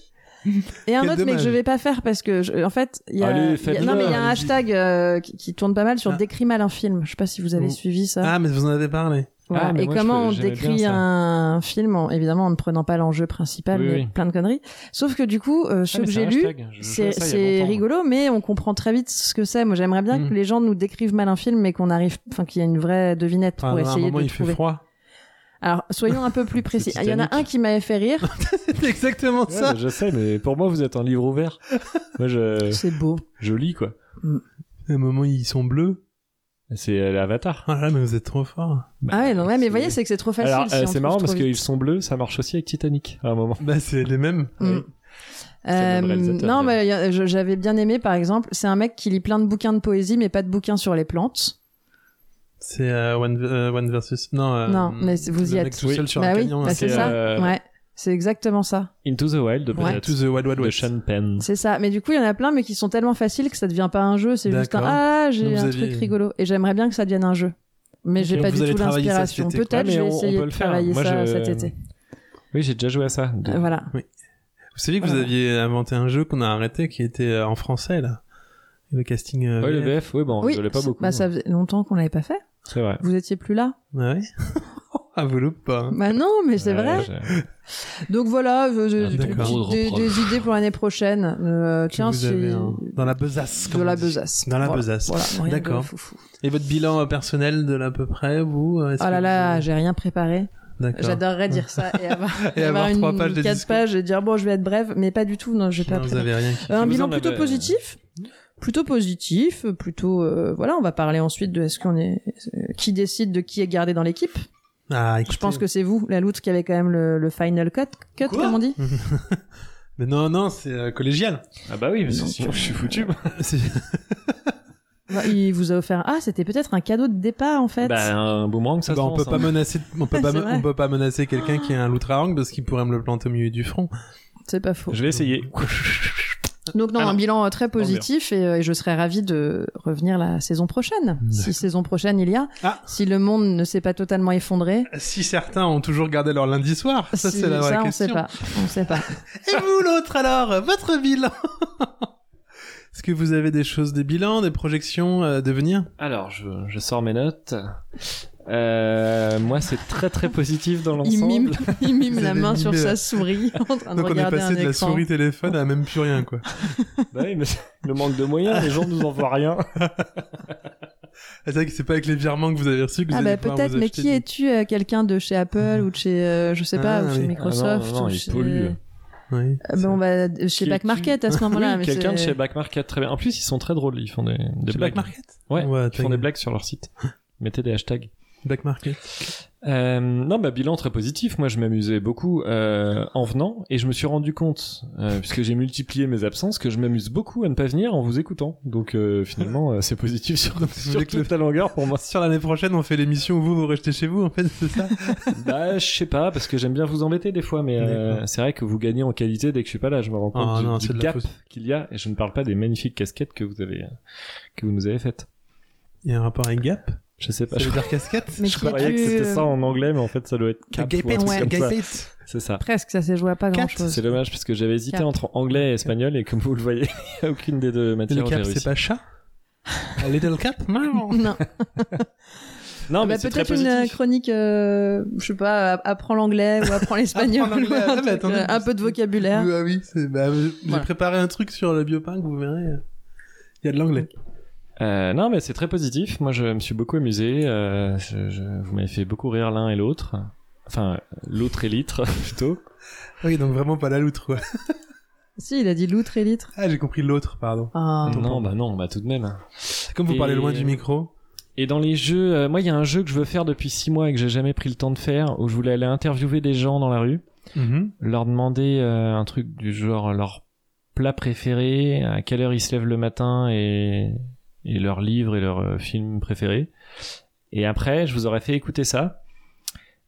B: Et un
A: Quel
B: autre, mais que
A: dommage.
B: je vais pas faire parce que, je- en fait, il y a,
F: Allez,
B: il y a- non,
F: faites-le,
B: mais il y a un
A: allez-y.
B: hashtag euh, qui, qui tourne pas mal sur
A: Ah.
B: décrit mal un film. Je sais pas si vous avez
A: Oh.
B: suivi ça.
A: Ah, mais vous en avez parlé.
B: Voilà.
F: Ah, mais
B: Et
F: moi,
B: comment on
F: je- j'aimais bien
B: décrit
F: ça.
B: un film, en- évidemment en ne prenant pas l'enjeu principal,
F: Oui,
B: mais
F: oui.
B: plein de conneries. Sauf que du coup, euh,
F: Ah,
B: ceux
F: mais
B: que
F: c'est
B: j'ai
F: un
B: lus,
F: hashtag. Je jouais
B: c'est
F: à ça il y a
B: c'est
F: longtemps, moi.
B: rigolo, mais on comprend très vite ce que c'est. Moi, j'aimerais bien
A: Mm.
B: que les gens nous décrivent mal un film, mais qu'on arrive, enfin, qu'il y ait une vraie devinette
A: Enfin,
B: pour
A: à un
B: essayer
A: moment,
B: de
A: il
B: trouver.
A: fait froid.
B: Alors, soyons un peu plus précis. Il y en a
F: Titanic.
B: un qui m'avait fait rire.
A: C'était exactement
F: Ouais,
A: ça.
F: bah, je sais, mais pour moi, vous êtes un livre ouvert. moi, je,
B: C'est beau.
F: je lis, quoi.
A: À un moment, ils sont bleus.
F: C'est euh, l'avatar.
A: Ah là, mais vous êtes trop fort.
B: Ah ouais, non, ouais, mais
F: Bah, c'est-
B: voyez, c'est que c'est trop facile.
F: Alors,
B: si on
F: euh, c'est
B: trouve
F: marrant
B: trop
F: parce qu'ils
B: vite.
F: sont bleus, ça marche aussi avec Titanic à un moment.
A: Bah, c'est les mêmes.
B: Mm.
F: le même
B: Euh,
F: réalisateur,
B: non,
F: d'ailleurs.
B: mais il y a- je- j'avais bien aimé, par exemple, c'est un mec qui lit plein de bouquins de poésie, mais pas de bouquins sur les plantes.
A: C'est euh, one, euh, one versus. Non, euh,
B: Non, mais c'est- vous
A: le
B: y
A: mec
B: êtes.
A: tout seul sur
B: bah
A: un
B: oui,
A: camion,
B: bah
A: hein.
B: c'est
F: c'est,
B: ça.
F: euh,
B: Ouais, c'est exactement ça.
F: Into the Wild,
B: Ouais.
F: peut-être.
A: To the Wild Wild
F: de
A: West.
F: Sean Penn.
B: C'est ça. Mais du coup, il y en a plein, mais qui sont tellement faciles que ça devient pas un jeu. C'est juste un
A: D'accord.
B: ah, j'ai
A: Donc, vous
B: un
A: aviez-
B: truc rigolo. Et j'aimerais bien que ça devienne un jeu. Mais j'ai
A: Ok,
B: pas
A: vous
B: du
A: allez
B: tout
A: travailler ça cet
B: l'inspiration.
A: été, quoi.
B: Peut-être
F: Ah, mais
B: je vais
F: on- on
B: essayer
F: peut
B: de
F: le faire.
B: travailler
F: Moi,
B: ça
F: je-
B: cet été.
F: Oui, j'ai déjà joué à ça. De-
B: Euh, Voilà.
A: Vous saviez que vous
B: Voilà.
A: aviez inventé un jeu qu'on a arrêté qui était euh, en français, là. Le casting. euh,
F: Ouais, le
A: VF.
F: BF, oui, bon, on
B: oui,
F: rigolait pas
B: ça-
F: beaucoup. hein.
B: bah, ça faisait longtemps qu'on l'avait pas fait.
F: C'est vrai.
B: Vous étiez plus là.
A: Ouais. ah, vous loupe pas. hein.
B: Bah non, mais c'est
F: Ouais,
B: vrai.
F: j'ai-
B: Donc voilà, euh, euh, des,
A: Ah, d'accord.
B: petites- des- des idées pour l'année prochaine. Euh,
A: Que
B: tiens,
A: vous
B: c'est
A: avez un- Dans la besace.
B: de
A: comme
B: la
A: on dit.
B: besace.
A: Dans la
B: Voilà.
A: besace.
B: Voilà, rien de
A: D'accord.
B: foufou.
A: Et votre bilan euh, personnel de l'à peu près, vous euh, est-ce
B: Oh
A: que
B: là là,
A: vous-
B: j'ai rien préparé.
A: D'accord.
B: J'adorerais dire ça et avoir,
A: Et avoir
B: une,
A: trois pages de
B: quatre
A: discours.
B: pages et dire bon, je vais être brève, mais pas du tout. Non, j'ai pas
A: Non, vous
B: préparé.
A: avez rien qui-
B: Euh, Un
F: Vous
B: bilan
F: en
B: plutôt
F: avez-
B: positif. Plutôt positif, plutôt euh, voilà, on va parler ensuite de est-ce qu'on est euh, qui décide de qui est gardé dans l'équipe.
A: Ah,
B: Je pense que c'est vous, la loutre, qui avait quand même le, le final cut, cut
A: Quoi
B: comme on dit.
A: Mais non, non, c'est euh, collégial.
F: Ah bah oui, parce que sinon je suis foutu.
A: C'est-
B: Bah, Il vous a offert ah c'était peut-être un cadeau de départ en fait.
F: Bah, un boomerang, ça
A: Bah,
F: se
A: on peut
F: lance,
A: pas
F: hein.
A: menacer, on peut pas,
B: C'est
A: me-
B: vrai.
A: on peut pas menacer quelqu'un qui est un loutre-harangue parce qu'il pourrait me le planter au milieu du front.
B: C'est pas faux.
F: hein. Je vais essayer.
B: Donc non,
F: Ah
B: un
F: non.
B: bilan euh, très
F: le
B: positif et, euh, et je serais ravie de revenir la saison prochaine, si
A: D'accord.
B: saison prochaine il y a,
A: Ah.
B: si le monde ne s'est pas totalement effondré.
A: Si certains ont toujours gardé leur lundi soir, ça
B: si-
A: c'est la vraie
B: ça, on
A: question.
B: sait pas, on sait pas.
A: Et vous l'autre alors, votre bilan Est-ce que vous avez des choses, des bilans, des projections euh, de venir
F: Alors, je, je sors mes notes. Euh, moi, c'est très très positif dans
B: Il
F: l'ensemble.
B: mime, il mime
A: Vous
B: la
A: avez
B: main
A: mimé,
B: sur
A: là.
B: sa souris en train de
A: Donc on est
B: regarder
A: passé
B: un
A: de la
B: écran.
A: souris téléphone à même plus rien quoi. Ah,
F: Bah oui, mais le manque de moyens, les gens nous en voient rien.
A: Ah, c'est vrai que c'est pas avec les virements que vous avez reçus que vous
B: Ah
A: allez
B: bah
A: pouvoir
B: peut-être,
A: vous
B: mais
A: acheter
B: qui
A: des-
B: es-tu euh, Quelqu'un de chez Apple ou de chez, euh, je sais pas,
A: Ah,
B: ou chez
A: oui.
B: Microsoft
F: Ah non, non,
B: ou
F: il
B: chez...
F: pollue.
A: Oui.
B: Euh, Bon bah chez
F: Qui
B: Back
F: es-tu
B: Market à ce moment-là.
F: Oui,
B: mais
F: quelqu'un de
B: c'est-
F: chez Back Market, très bien. En plus, ils sont très drôles, ils font des, des
A: Chez
F: blagues.
A: Black Market
F: ouais,
A: Ouais,
F: ils font
A: t'as-
F: des blagues sur leur site. Mettez des hashtags.
A: Black Market.
F: Euh, non, bah, bilan très positif. Moi, je m'amusais beaucoup euh, en venant et je me suis rendu compte, euh, puisque j'ai multiplié mes absences, que je m'amuse beaucoup à ne pas venir en vous écoutant. Donc, euh, finalement, euh, c'est positif sur,
A: Donc, vous
F: sur
A: voulez que le-
F: toute la longueur pour moi.
A: Sur l'année prochaine, on fait l'émission où vous vous restez chez vous en fait, c'est ça
F: bah, je sais pas, parce que j'aime bien vous embêter des fois, mais euh, c'est vrai que vous gagnez en qualité dès que je suis pas là. Je me rends compte
A: Ah
F: du,
A: non,
F: du
A: c'est de la
F: gap
A: fausse.
F: qu'il y a et je ne parle pas des magnifiques casquettes que vous avez, euh, que vous nous avez faites.
A: Il y a un rapport avec Gap
F: Je sais pas.
A: Ça
F: Je,
A: veut dire casquette
B: Mais
F: je
B: qui
F: croyais que
B: es-tu,
F: c'était
B: euh,
F: ça en anglais, mais en fait, ça doit être cap ou un
A: Gapette,
F: truc
B: ouais.
F: comme ça.
A: Gapette.
F: C'est ça.
B: Presque, ça s'est joué à pas
A: Quatre,
B: grand-chose.
F: C'est dommage parce que j'avais hésité
B: Cap.
F: entre anglais et espagnol et comme vous le voyez, il y a aucune des deux
A: Et
F: matières.
A: Le
F: où j'ai
A: cap, c'est
F: réussi.
A: pas chat A Little cap Non.
B: Non.
F: Non, Ah, mais
B: Bah,
F: c'est très
B: peut-être une euh,
F: positif.
B: chronique, euh, je sais pas, euh, apprends l'anglais ou apprends l'espagnol,
A: Apprends l'anglais,
B: ou un,
A: ah, bah,
B: truc,
A: attendez.
B: euh, un peu de vocabulaire.
A: Oui, Ah oui, c'est- bah, euh, j'ai
B: Voilà.
A: préparé un truc sur le biopin que vous verrez. Il y a de l'anglais.
F: Euh, non, mais c'est très positif. Moi, je me suis beaucoup amusé. euh, je- je- vous m'avez fait beaucoup rire l'un et l'autre. Enfin, l'autre et litre plutôt.
A: Oui, donc vraiment pas la loutre. quoi.
B: Si, il a dit loutre et litre.
A: Ah, j'ai compris l'autre, pardon.
B: Ah.
F: non, bah non, bah tout de même.
A: Comme vous parlez
F: Et-
A: loin du micro.
F: Et dans les jeux, euh, moi, il y a un jeu que je veux faire depuis six mois et que j'ai jamais pris le temps de faire, où je voulais aller interviewer des gens dans la rue,
A: Mhm.
F: leur demander euh, un truc du genre leur plat préféré, à quelle heure ils se lèvent le matin et, et leur livre et leur euh, film préféré. Et après, je vous aurais fait écouter ça.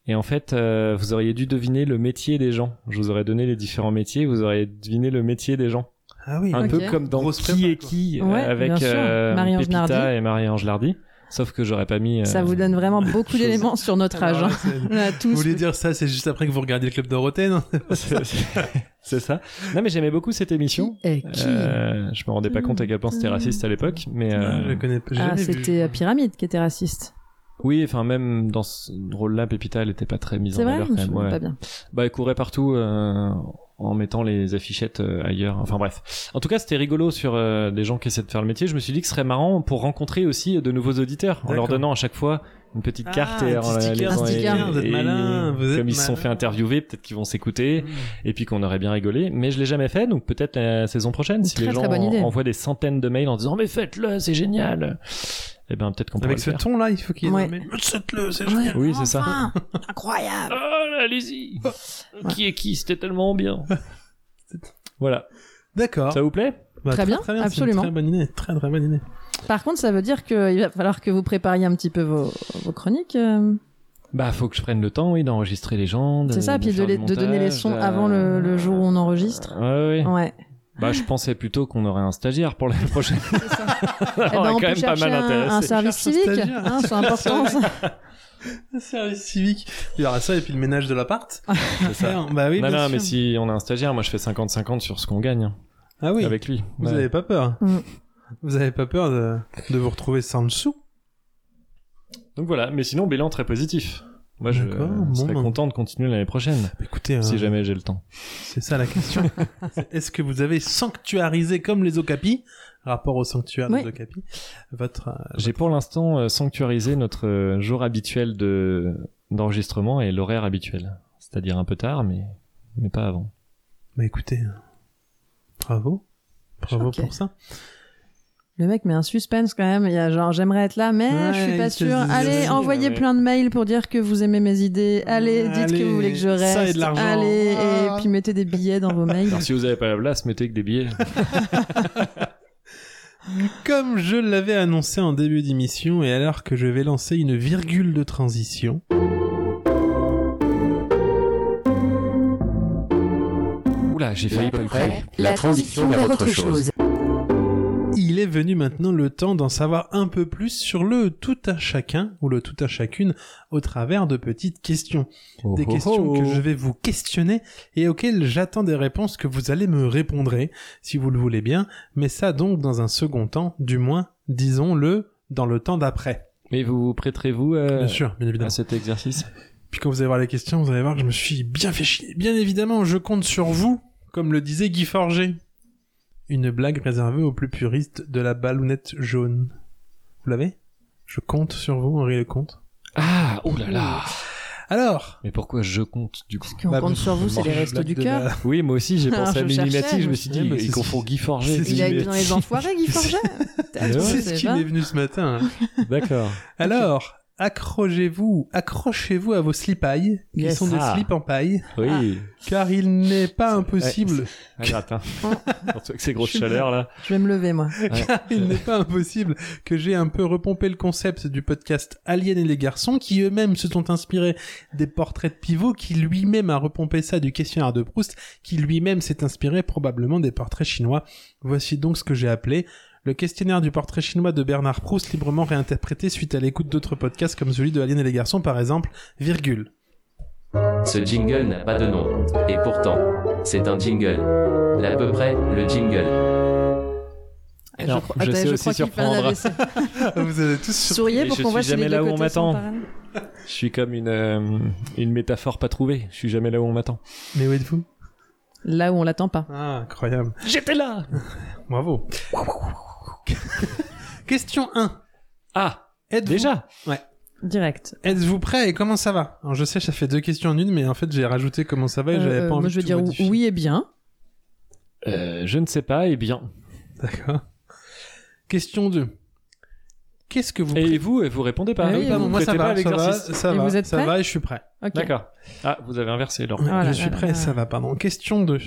F: Et en fait, euh, vous auriez dû deviner le métier des gens. Je vous aurais donné les différents métiers, vous auriez deviné le métier des gens
A: Ah oui.
F: un
B: Ok.
F: peu comme dans
A: Grosse
F: Qui
A: prépa,
F: est
A: quoi.
F: qui
B: Ouais,
F: euh, avec
B: bien sûr. Marie-Ange
F: Pépita
B: Nardi.
F: et Marie-Ange Lardy. Sauf que j'aurais pas mis. euh,
B: Ça vous donne vraiment beaucoup
F: chose.
B: d'éléments sur notre âge.
A: Alors
B: hein.
A: là, Ah bah c'est-
B: On a
A: Vous
B: tous.
A: voulez dire ça, c'est juste après que vous regardez le Club Dorothée, non
F: c'est- c'est- C'est ça. Non, mais j'aimais beaucoup cette émission.
B: Eh, qui
F: Euh, je me rendais pas compte à quel point c'était raciste à l'époque, mais euh,
A: Je le connais pas. j'ai
B: Ah,
A: jamais vu.
B: c'était euh, Pyramide qui était raciste.
F: oui, enfin même dans ce rôle-là, Pépita, elle était pas très mise
B: C'est
F: en
B: vrai
F: valeur
B: Je me
F: quand même.
B: souviens
F: ouais.
B: pas bien.
F: Bah, elle courait partout euh, en mettant les affichettes euh, ailleurs. Enfin bref. En tout cas, c'était rigolo sur euh, des gens qui essaient de faire le métier. Je me suis dit que ce serait marrant pour rencontrer aussi euh, de nouveaux auditeurs en leur
A: D'accord.
F: donnant à chaque fois une petite
A: Ah,
F: carte
A: un
F: et
A: petit
F: en la
A: sticker,
F: lisant
B: un
F: et-
B: sticker.
A: Vous êtes
F: et-
A: malin, vous êtes
F: comme ils se sont
A: malin.
F: fait interviewer, peut-être qu'ils vont s'écouter
A: Mm.
B: Mm.
F: et puis qu'on aurait bien rigolé. Mais je l'ai jamais fait, donc peut-être la saison prochaine, si
B: Très,
F: les
B: très
F: gens
B: bonne idée.
F: envoient des centaines de mails en disant mais faites-le, c'est génial. Eh ben peut-être qu'on pourra
A: Avec
F: le
A: ce
F: faire.
A: ton-là, il faut qu'il y ait.
B: Ouais.
A: Mais le c'est génial.
F: Oui, c'est ça.
B: Incroyable.
F: Oh, là, allez-y.
B: Ouais.
F: Qui est qui C'était tellement bien. voilà.
A: D'accord.
F: Ça vous plaît
A: Bah,
B: Très bien,
A: c'est une
B: absolument.
A: Très bonne idée. Très très bonne idée.
B: Par contre, ça veut dire qu'il va falloir que vous prépariez un petit peu vos, vos chroniques. euh.
F: Bah, faut que je prenne le temps, oui, d'enregistrer les gens. de-
B: C'est ça,
F: de
B: puis de,
F: faire
B: les-
F: le
B: de donner les
F: montage,
B: sons
F: euh,
B: avant le, le jour où on enregistre.
F: Ouais, ouais.
B: Ouais.
F: Bah, je pensais plutôt qu'on aurait un stagiaire pour l'année prochaine.
B: Eh ben,
F: aurait
B: on
F: quand
B: peut
F: même pas
B: chercher
F: mal
B: un, un
F: intéressé.
B: service
A: Cherche un
B: civique.
A: stagiaire.
B: hein, c'est important. ça.
A: Le service civique. Il y aura ça et puis le ménage de l'appart.
F: C'est ça.
A: Ah, Bah oui.
F: non,
A: bien
F: non,
A: sûr.
F: mais si on a un stagiaire, moi je fais 50-50 sur ce qu'on gagne hein,
A: Ah oui.
F: avec lui.
A: Vous
F: Ouais.
A: avez pas peur.
B: Mm.
A: Vous avez pas peur de, de vous retrouver sans le sou.
F: Donc voilà, mais sinon, bilan très positif. Moi je
A: D'accord,
F: euh,
A: bon,
F: serais
A: bah.
F: content de continuer l'année prochaine,
A: Bah, Écoutez, euh,
F: si jamais j'ai le temps.
A: c'est ça la question. C'est Est-ce que vous avez sanctuarisé comme les Okapis, rapport au sanctuaire
B: Oui.
A: des Okapis, votre. euh,
F: J'ai pour l'instant euh, sanctuarisé notre euh, jour habituel de d'enregistrement et l'horaire habituel. C'est-à-dire un peu tard, mais, mais pas avant.
A: Bah écoutez, euh, bravo. Bravo
B: Choqué.
A: pour ça.
B: Le mec met un suspense quand même. Il y a genre j'aimerais être là, mais
A: Ouais,
B: je suis pas
A: il se
B: sûr.
A: dit-
B: Allez,
A: Ouais,
B: envoyez
F: ouais.
B: plein de mails pour dire que vous aimez mes idées. Allez, dites
A: Allez,
B: que vous voulez que je reste.
A: ça et de l'argent. Bah,
B: Allez,
A: Ah.
F: Oh.
B: et puis mettez des billets dans vos mails.
F: Alors si vous avez pas la place, mettez que des billets.
A: Comme je l'avais annoncé en début d'émission et alors que je vais lancer une virgule de transition.
F: Oula, j'ai failli pas le faire.
G: La transition vers autre chose.
A: Il est venu maintenant le temps d'en savoir un peu plus sur le tout à chacun ou le tout à chacune au travers de petites questions. Des
F: Oh, oh,
A: questions que
F: oh.
A: je vais vous questionner et auxquelles j'attends des réponses que vous allez me répondre si vous le voulez bien, mais ça donc dans un second temps, du moins, disons-le, dans le temps d'après.
F: Mais vous vous prêterez-vous euh,
A: Bien sûr, bien évidemment.
F: à cet exercice
A: Puis quand vous allez voir les questions, vous allez voir que je me suis bien fait chier. Bien évidemment, je compte sur vous, comme le disait Guy Forget. Une blague réservée aux plus puristes de la ballounette jaune. Vous l'avez Je compte sur vous, Henri Lecomte.
F: Ah, oh là là
A: Alors
F: Mais pourquoi je compte du coup
B: Qu'on
A: bah,
B: compte sur vous, c'est les
A: blague
B: restos du
A: de
B: cœur.
A: la-
F: Oui, moi aussi j'ai
B: Alors,
F: pensé à
B: je cherchais,
F: Minimati, je me suis
A: je me
F: dit,
A: suis
F: mais
A: dit,
F: il confond Guy Forget.
A: c'est-
B: Il a été dans les enfoirés, Guy Forget
A: C'est
B: T'as
F: C'est
B: trouvé,
A: ce qui m'est
B: pas-
A: venu ce matin.
F: D'accord.
A: Alors, accrochez-vous, accrochez-vous à vos slipailles, qui
F: Yes.
A: sont des
F: Ah.
A: slips en paille,
B: Ah.
F: Oui.
A: car il n'est pas impossible
F: Ah, gratte, hein. Surtout avec ces grosses chaleurs là.
B: Je vais me lever, moi.
A: Il n'est pas impossible que j'ai un peu repompé le concept du podcast Alien et les garçons, qui eux-mêmes se sont inspirés des portraits de pivots, qui lui-même a repompé ça du questionnaire de Proust, qui lui-même s'est inspiré probablement des portraits chinois. Voici donc ce que j'ai appelé le questionnaire du portrait chinois de Bernard Proust, librement réinterprété suite à l'écoute d'autres podcasts comme celui de Alien et les garçons par exemple, virgule.
H: Ce jingle n'a pas de nom. Et pourtant, c'est un jingle. L'à peu près, le jingle.
F: Alors,
B: crois-
F: je
B: attends,
F: sais aussi
B: crois qu'il fait un
F: surprendre.
B: AVC.
A: Ah, Vous avez tous sur...
B: Souriez
F: Et
B: pour
F: je
B: qu'on
F: suis
B: voit si
F: jamais
B: les
F: là
B: deux
F: où on
B: côtés
F: m'attend.
B: sont parallèles.
F: Je suis comme une, euh, une métaphore pas trouvée. Je suis jamais là où on m'attend.
A: Mais où êtes-vous
B: Là où on l'attend pas.
A: Ah, incroyable.
F: J'étais là
A: Bravo. Question 1.
F: Ah
A: Êtes-vous
F: Déjà
B: Direct.
A: Êtes-vous prêt et comment ça va Alors, Je sais, ça fait deux questions en une, mais en fait, j'ai rajouté comment ça va et j'avais
B: Euh,
A: pas envie
B: moi, je veux
A: de tout
B: dire
A: modifier.
B: oui et bien.
F: Euh, Je ne sais pas, et bien.
A: D'accord. Question 2. Qu'est-ce que vous...
F: Et vous, euh, vous répondez pas.
B: Ah
A: Ah
B: oui,
A: oui, pardon,
F: Vous
A: moi, ça
F: prêtez
A: va, ça
F: pas à
A: va,
F: l'exercice.
A: ça
B: Et
A: va,
B: vous êtes
A: ça
B: prêt
A: va et je suis prêt.
B: Ok.
F: D'accord. Ah, vous avez inversé l'ordre.
A: Ouais,
B: là
A: je
B: là
A: suis
B: là
A: prêt,
B: là.
A: ça va, pardon. Question 2.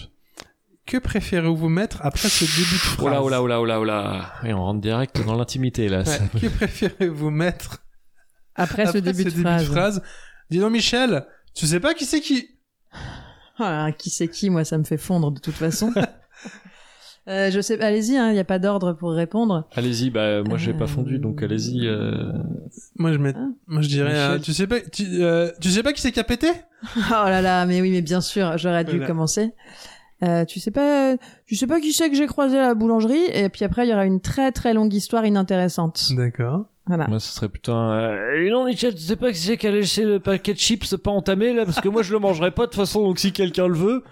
A: Que préférez-vous mettre après ce début de
F: Oh
A: phrase
F: là, oh là, oh là, oh là, oh là. Et on rentre direct dans l'intimité là.
A: Ouais, Que préférez-vous mettre
B: Après,
A: après
B: ce début, de, phrase.
A: Dis donc, Michel, tu sais pas qui c'est qui
B: Ah, qui c'est qui, moi, ça me fait fondre de toute façon. Euh, je sais, allez-y, il n'y a pas d'ordre pour répondre.
F: Allez-y, bah moi j'ai pas fondu, donc allez-y. euh.
A: Moi, je, mets...
B: Hein
A: Moi, je dirais...
F: Michel.
A: euh, tu, sais pas... tu, euh, tu sais pas qui c'est qui a pété
B: Oh là là, mais oui, mais bien sûr, j'aurais dû
A: Voilà.
B: commencer. Euh, tu sais pas, tu sais pas qui c'est que j'ai croisé à la boulangerie, et puis après il y aura une très très longue histoire inintéressante.
A: D'accord.
B: Voilà.
F: Moi ce serait plutôt un. euh, Et non, Michel, tu sais pas que c'est qu'à laisser le paquet de chips pas entamé là, parce que moi je le mangerai pas de toute façon, donc si quelqu'un le veut.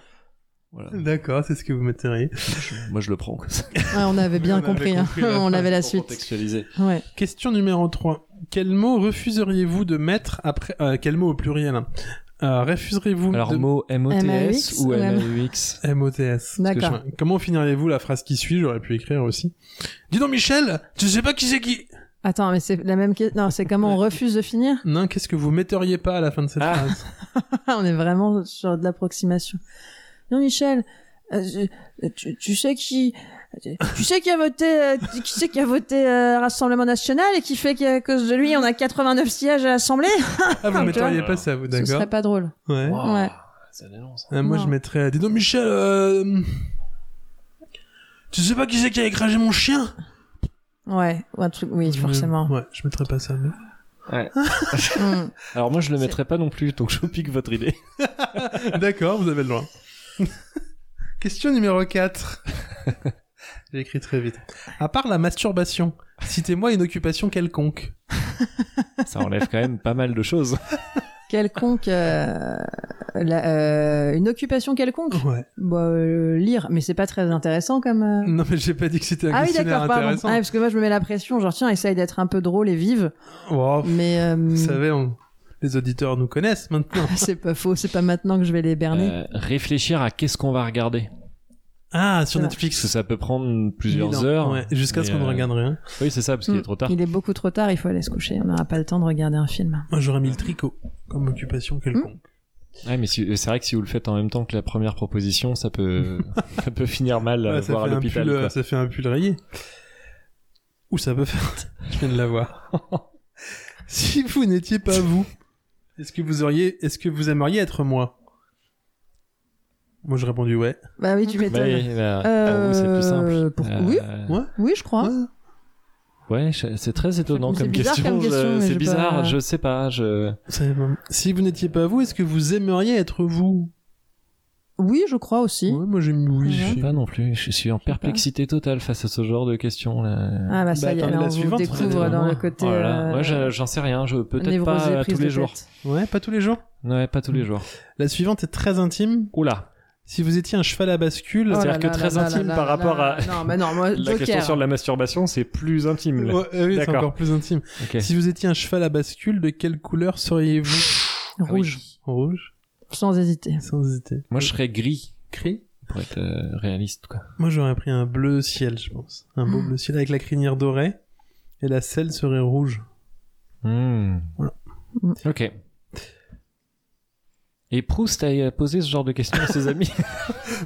F: Voilà.
A: D'accord, c'est ce que vous metteriez.
F: Moi je le prends. comme ça.
B: Ouais, on avait bien
A: on avait
B: compris, hein.
A: compris la
B: on avait la
F: Pour
B: suite.
F: contextualiser.
B: Ouais.
A: Question numéro 3. Quel mot refuseriez-vous de mettre après... euh, quel mot au pluriel hein Euh, Refuseriez-vous
F: Alors
A: de...
F: mot MOTS
B: MAUX
F: ou
B: ou M-
F: MAUX
A: M.O.T.S. Parce que
B: D'accord.
A: je- Comment finiriez-vous la phrase qui suit J'aurais pu écrire aussi. Dis donc Michel, tu sais pas qui c'est qui
B: Attends, mais c'est la même question. Non, c'est comment on refuse de finir
A: Non, qu'est-ce que vous metteriez pas à la fin de cette
F: Ah.
A: phrase
B: on est vraiment sur de l'approximation. Non, Michel, euh, je- euh, tu, tu sais qui, tu tu sais qui a voté, euh, tu- qui c'est qui a voté euh, Rassemblement National et qui fait qu'à cause de lui, on a 89 sièges à l'Assemblée.
A: Ah, vous
B: Ah,
A: metteriez
F: ok.
A: pas ça, vous,
B: Ce
A: d'accord Oh.
B: serait pas drôle.
A: Ouais.
F: Wow,
B: Ouais.
F: Ça dénonce.
A: Euh, moi,
B: Non.
A: je mettrais... euh, Dis donc Michel, euh... Tu sais pas qui c'est qui a écrasé mon chien
B: Ouais, ou un truc, oui,
A: Je-
B: forcément.
A: Ouais, je mettrais pas ça. mais-
B: Hmm.
F: Alors moi je le mettrai pas non plus, donc je pique votre idée.
A: D'accord, vous avez le droit. Question numéro 4. J'ai écrit très vite. À part la masturbation, citez-moi une occupation quelconque.
F: Ça enlève quand même pas mal de choses.
B: Quelconque, euh, la- euh, une occupation quelconque.
A: Ouais.
B: Bah, euh, lire, mais c'est pas très intéressant comme. euh,
A: Non, mais j'ai pas dit que c'était un
B: Ah oui,
A: questionnaire
B: d'accord, pardon.
A: intéressant.
B: Ah, parce que moi, je me mets la pression. Genre, tiens, essaye d'être un peu drôle et vive.
A: Oh, pff,
B: Mais euh,
A: vous savez, on- les auditeurs nous connaissent maintenant.
B: Ah, C'est pas faux, c'est pas maintenant que je vais les berner.
F: Euh, réfléchir à qu'est-ce qu'on va regarder.
A: Ah, sur
B: Ça.
F: Parce que
A: Netflix.
F: ça peut prendre plusieurs
A: Mille ans.
F: heures.
A: Ouais, jusqu'à ce
F: Mais,
A: qu'on hein. ne
F: euh,
A: regarde rien.
F: Oui, c'est ça, parce qu'il est trop tard.
B: Mm. Il est beaucoup trop tard, il faut aller se coucher, on n'aura pas le temps de regarder un film.
A: Moi, j'aurais mis le tricot comme
B: Hmm.
A: occupation quelconque.
F: Ouais, mais si- c'est vrai que si vous le faites en même temps que la première proposition, ça peut, ça peut finir mal,
A: Ouais,
F: euh,
A: ça,
F: voire à
A: fait un
F: l'hôpital.
A: pull, euh,
F: quoi.
A: ça fait un pull rayé. Ou ça peut faire. Je viens de l'avoir. si vous n'étiez pas vous, est-ce que vous auriez, est-ce que vous aimeriez être moi Moi, j'ai répondu ouais.
B: Bah oui, tu
F: Bah,
B: m'étonnes.
F: et bah,
B: Euh,
F: pour vous, c'est plus simple.
B: pour-
F: Euh,
B: oui.
A: Ouais.
B: Oui, je crois.
F: Ouais, je- c'est très étonnant
B: C'est
F: comme
B: bizarre
F: question.
B: comme
F: je-
B: question, mais
F: c'est
B: j'ai
F: bizarre,
B: pas-
F: je sais pas. Je...
A: Ça va. Si vous n'étiez pas vous, est-ce que vous aimeriez être vous
B: Oui, je crois aussi.
A: Ouais, moi j'ai mis oui.
F: Je
B: Ouais.
F: sais pas non plus. Je suis en perplexité totale face à ce genre de questions. Là.
B: Ah bah ça
A: Bah,
B: y est,
A: attends,
B: là,
A: la
B: on vous
A: suivante,
B: découvre dans le côté
F: Oh là là.
B: euh,
F: Moi, je- j'en sais rien. Je peut-être
B: névrosé,
F: pas euh,
B: prise
F: tous les
B: de
F: jours.
B: tête. Oh
A: Ouais, pas tous les jours.
F: Ouais, pas tous les jours.
A: La suivante est très intime.
F: Oula.
A: Si vous étiez un cheval à bascule,
B: Oh là
F: C'est-à-dire que
B: là
F: très
B: là là
F: intime
B: là
F: par
B: là
F: rapport
B: là.
F: à-
B: Non, mais non, moi,
F: La question
B: Joker.
F: sur la masturbation, c'est plus intime. Là.
A: Ouais, euh, oui, c'est
F: D'accord.
A: encore plus intime.
F: Ok.
A: Si vous étiez un cheval à bascule, de quelle couleur seriez-vous
F: Ah
B: Rouge,
A: Rouge,
B: sans hésiter.
A: sans hésiter.
F: Moi, je serais gris
A: Gris
F: pour être euh, réaliste. Quoi.
A: Moi j'aurais pris un bleu ciel, je pense. Un beau bleu ciel avec la crinière dorée. Et la selle serait rouge.
F: Hmm.
A: Voilà.
B: Mm.
F: Ok. Et Proust a euh, posé ce genre de questions à ses amis.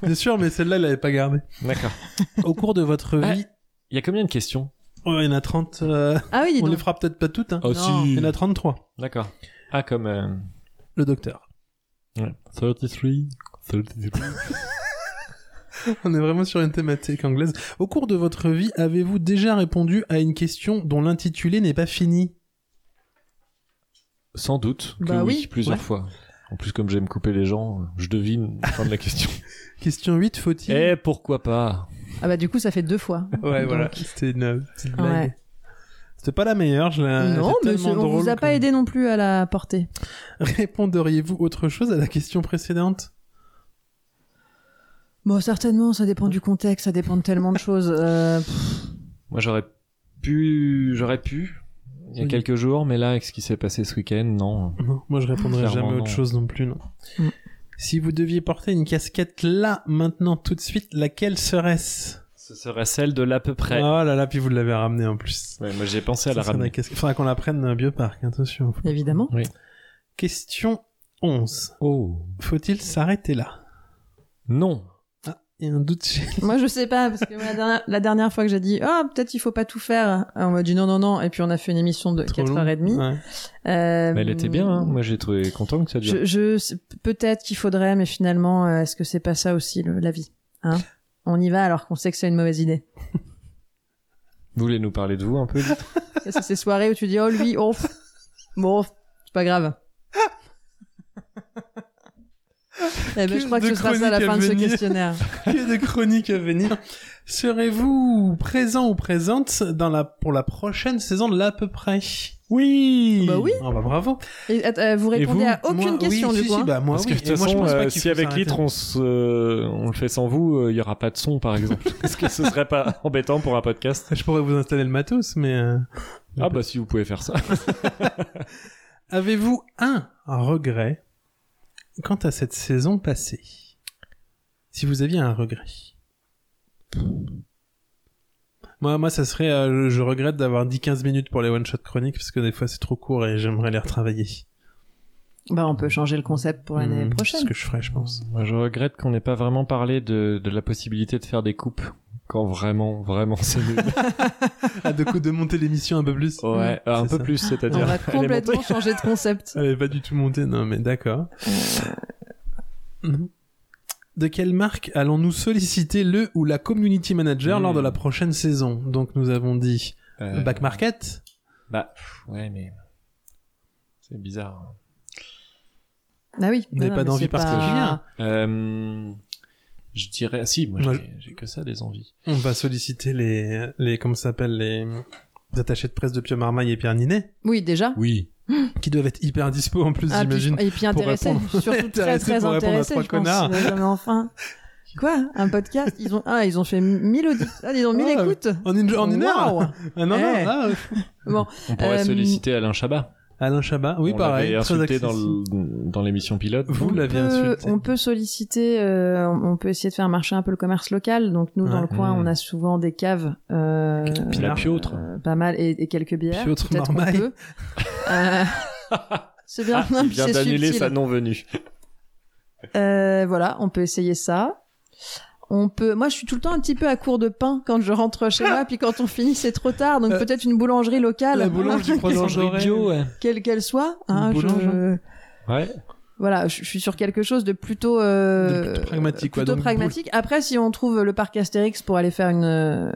A: Bien sûr, mais celle-là, elle l'avait pas gardée.
F: D'accord.
A: Au cours de votre vie,
F: Il y a combien de questions
A: Ouais, il y en a 30. euh,
B: Ah oui, dis
A: on les
B: donc.
A: fera peut-être pas toutes. Hein.
F: Oh,
B: Non.
F: si.
A: Il y en a 33.
F: D'accord. Ah, comme. euh,
A: Le docteur.
F: ouais. 33. 33.
A: On est vraiment sur une thématique anglaise. Au cours de votre vie, avez-vous déjà répondu à une question dont l'intitulé n'est pas fini
F: Sans doute. Que
B: Bah
F: oui,
B: oui.
F: Plusieurs
A: Ouais.
F: fois. En plus, comme j'aime couper les gens, je devine la fin de la question.
A: Question 8, faut-il
F: Eh, pourquoi pas
B: Ah bah du coup, ça fait deux fois.
A: Ouais, voilà.
B: Donc,
A: C'était une euh, petite blague.
B: Ouais.
A: C'était pas la meilleure, je
F: Euh,
A: l'ai
B: euh, non,
A: c'est
B: mais
A: tellement
B: c'est- on
A: drôle
B: vous a pas
A: que-
B: aidé non plus à la porter.
A: Répondriez-vous autre chose à la question précédente
B: Bon, certainement, ça dépend du contexte, ça dépend de tellement de choses. Euh, pff,
F: Moi, j'aurais pu. J'aurais pu. Il y a
A: Oui.
F: quelques jours, mais là, avec ce qui s'est passé ce week-end, non.
A: Non, moi je répondrai
F: Clairement
A: jamais
F: non.
A: autre chose non plus, non.
B: Mm.
A: Si vous deviez porter une casquette là, maintenant, tout de suite, laquelle serait-ce
F: Ce serait celle de l'à peu
A: Oh
F: près.
A: là là, puis vous l'avez ramenée en plus.
F: Ouais, moi, j'ai pensé à la
A: Ça, c'est la
F: ramener.
A: casquette. Faudra qu'on la prenne à Bioparc, attention.
B: évidemment.
A: Question 11.
F: Oh.
A: Faut-il s'arrêter là
F: Non.
A: Il y a un doute chez...
B: Moi, je sais pas, parce que moi, la, dernière, la dernière fois que j'ai dit, ah, peut-être il faut pas tout faire, on m'a dit non, non, non, et puis on a fait une émission de
A: Trop
B: 4
A: long.
B: heures et demie.
A: Ouais.
B: Euh,
F: Mais elle était bien,
A: Euh,
F: hein. Moi, j'ai trouvé content que ça dure.
B: Je, Euh, je c'est- peut-être qu'il faudrait, mais finalement, euh, est-ce que c'est pas ça aussi le- la vie hein On y va alors qu'on sait que c'est une mauvaise idée.
F: Vous voulez nous parler de vous un peu vite
B: Ça, C'est ces soirées où tu dis oh lui, oh pff, bon, pff, c'est pas grave. Eh ben,
A: Crise
B: je crois que
A: de
B: ce sera ça la
A: chronique à
B: fin de ce
A: venir.
B: questionnaire.
A: Que de chroniques à venir. Serez-vous présent ou présente dans la, pour la prochaine saison de l'à peu près Oui
B: Bah oui.
A: Ah bah bravo
B: Et, att- euh, vous répondez
A: Et vous
B: à aucune
A: Moi,
B: question
A: oui,
B: du
A: si,
B: coup.
A: si,
B: hein.
A: bah moi
F: Parce que
A: oui.
F: de toute
A: Et moi, je
F: façon,
A: pense pas
F: euh,
A: qu'il
F: si
A: faut
F: avec
A: s'arrêter.
F: Litre on, se- on le fait sans vous, euh, il y n'y aura pas de son par exemple. Est-ce que ce serait pas embêtant pour un podcast
A: Je pourrais vous installer le matos, mais... euh,
F: Ah bah si vous pouvez faire ça.
A: Avez-vous un regret quant à cette saison passée Si vous aviez un regret moi, moi, ça serait, euh, je, je regrette d'avoir dit 15 minutes pour les one-shot chroniques parce que des fois c'est trop court et j'aimerais les retravailler.
B: Bah on peut changer le concept pour l'année
A: Hmm, C'est
B: prochaine.
A: ce que je ferais, je pense.
F: Moi, je regrette qu'on n'ait pas vraiment parlé de, de la possibilité de faire des coupes quand vraiment, vraiment c'est nul.
A: Ah, de coup, de monter l'émission un peu plus.
F: Ouais, euh,
A: Mmh.
F: un
A: C'est
F: peu
A: ça.
F: plus, c'est-à-dire.
B: On va
F: elle est montée.
B: complètement changer de concept.
A: Elle avait pas du tout monté, non, mais d'accord.
F: Euh.
A: Non. De quelle marque allons-nous solliciter le ou la community manager
F: Hmm.
A: lors de la prochaine saison Donc, nous avons dit
F: Euh,
A: Back Market,
F: Bah, pff, ouais, mais. C'est bizarre. hein.
B: Ah oui.
A: Vous n'avez
B: Non,
A: pas
B: mais
A: d'envie
B: c'est
A: particulière.
F: Euh, je dirais. Si, moi,
A: Moi,
F: j'ai- j'ai que ça, des envies.
A: On va solliciter les, les comment ça s'appelle, les, les attachés de presse de Pio Marmaille et Pierre Ninet,
B: Oui déjà.
F: Oui.
A: qui doivent être hyper dispo en plus,
B: Ah, puis-
A: j'imagine.
B: et puis intéressé,
A: répondre-
B: surtout très
A: Intéressé
B: très
A: pour répondre à
B: intéressé,
A: trois
B: je pense.
A: connards.
B: Ouais, non, mais enfin, quoi, un podcast Ils ont ah, ils ont fait 1000 audits, ah, ils ont 1000
A: Ouais,
B: écoutes.
A: En une, en une heure
B: Waouh.
A: Ah non, non,
B: Eh.
A: ah, euh,
F: On pourrait
B: Euh,
F: solliciter Alain Chabat.
A: Alain Chabat, oui,
F: On
A: pareil,
F: l'avait
A: très
F: insulté
A: accessible.
F: dans le- dans l'émission pilote.
A: Vous
B: On
A: l'aviez
B: peut-
A: insulté.
B: On peut solliciter, euh, on peut essayer de faire marcher un peu le commerce local. Donc nous, dans
A: Ouais. Mm.
B: le coin,
F: Mmh.
B: on a souvent des caves, euh,
A: Puis
F: la
A: là,
F: piotre.
B: euh, pas mal, et, et quelques bières.
A: Piotre
B: peut-être qu'on
A: Marmaille.
B: peut. Euh, C'est bien,
F: Ah,
B: non,
F: il
B: puis
F: vient
B: c'est
F: d'annuler
B: subtil.
F: sa non-venue.
B: Euh, voilà, on peut essayer ça. On peut. Moi, je suis tout le temps un petit peu à court de pain quand je rentre chez moi, puis quand on finit, c'est trop tard. Donc
A: Euh,
B: peut-être une boulangerie locale,
A: la boulange du croissant doré.
F: ouais.
B: quelle qu'elle soit. hein,
A: Une
B: je-
A: boulange.
F: Ouais. Ah
B: voilà, je, je suis sur quelque chose de plutôt, euh,
A: De plutôt pragmatique, quoi,
B: plutôt
A: donc
B: pragmatique. Après, si on trouve le parc Astérix pour aller faire une euh,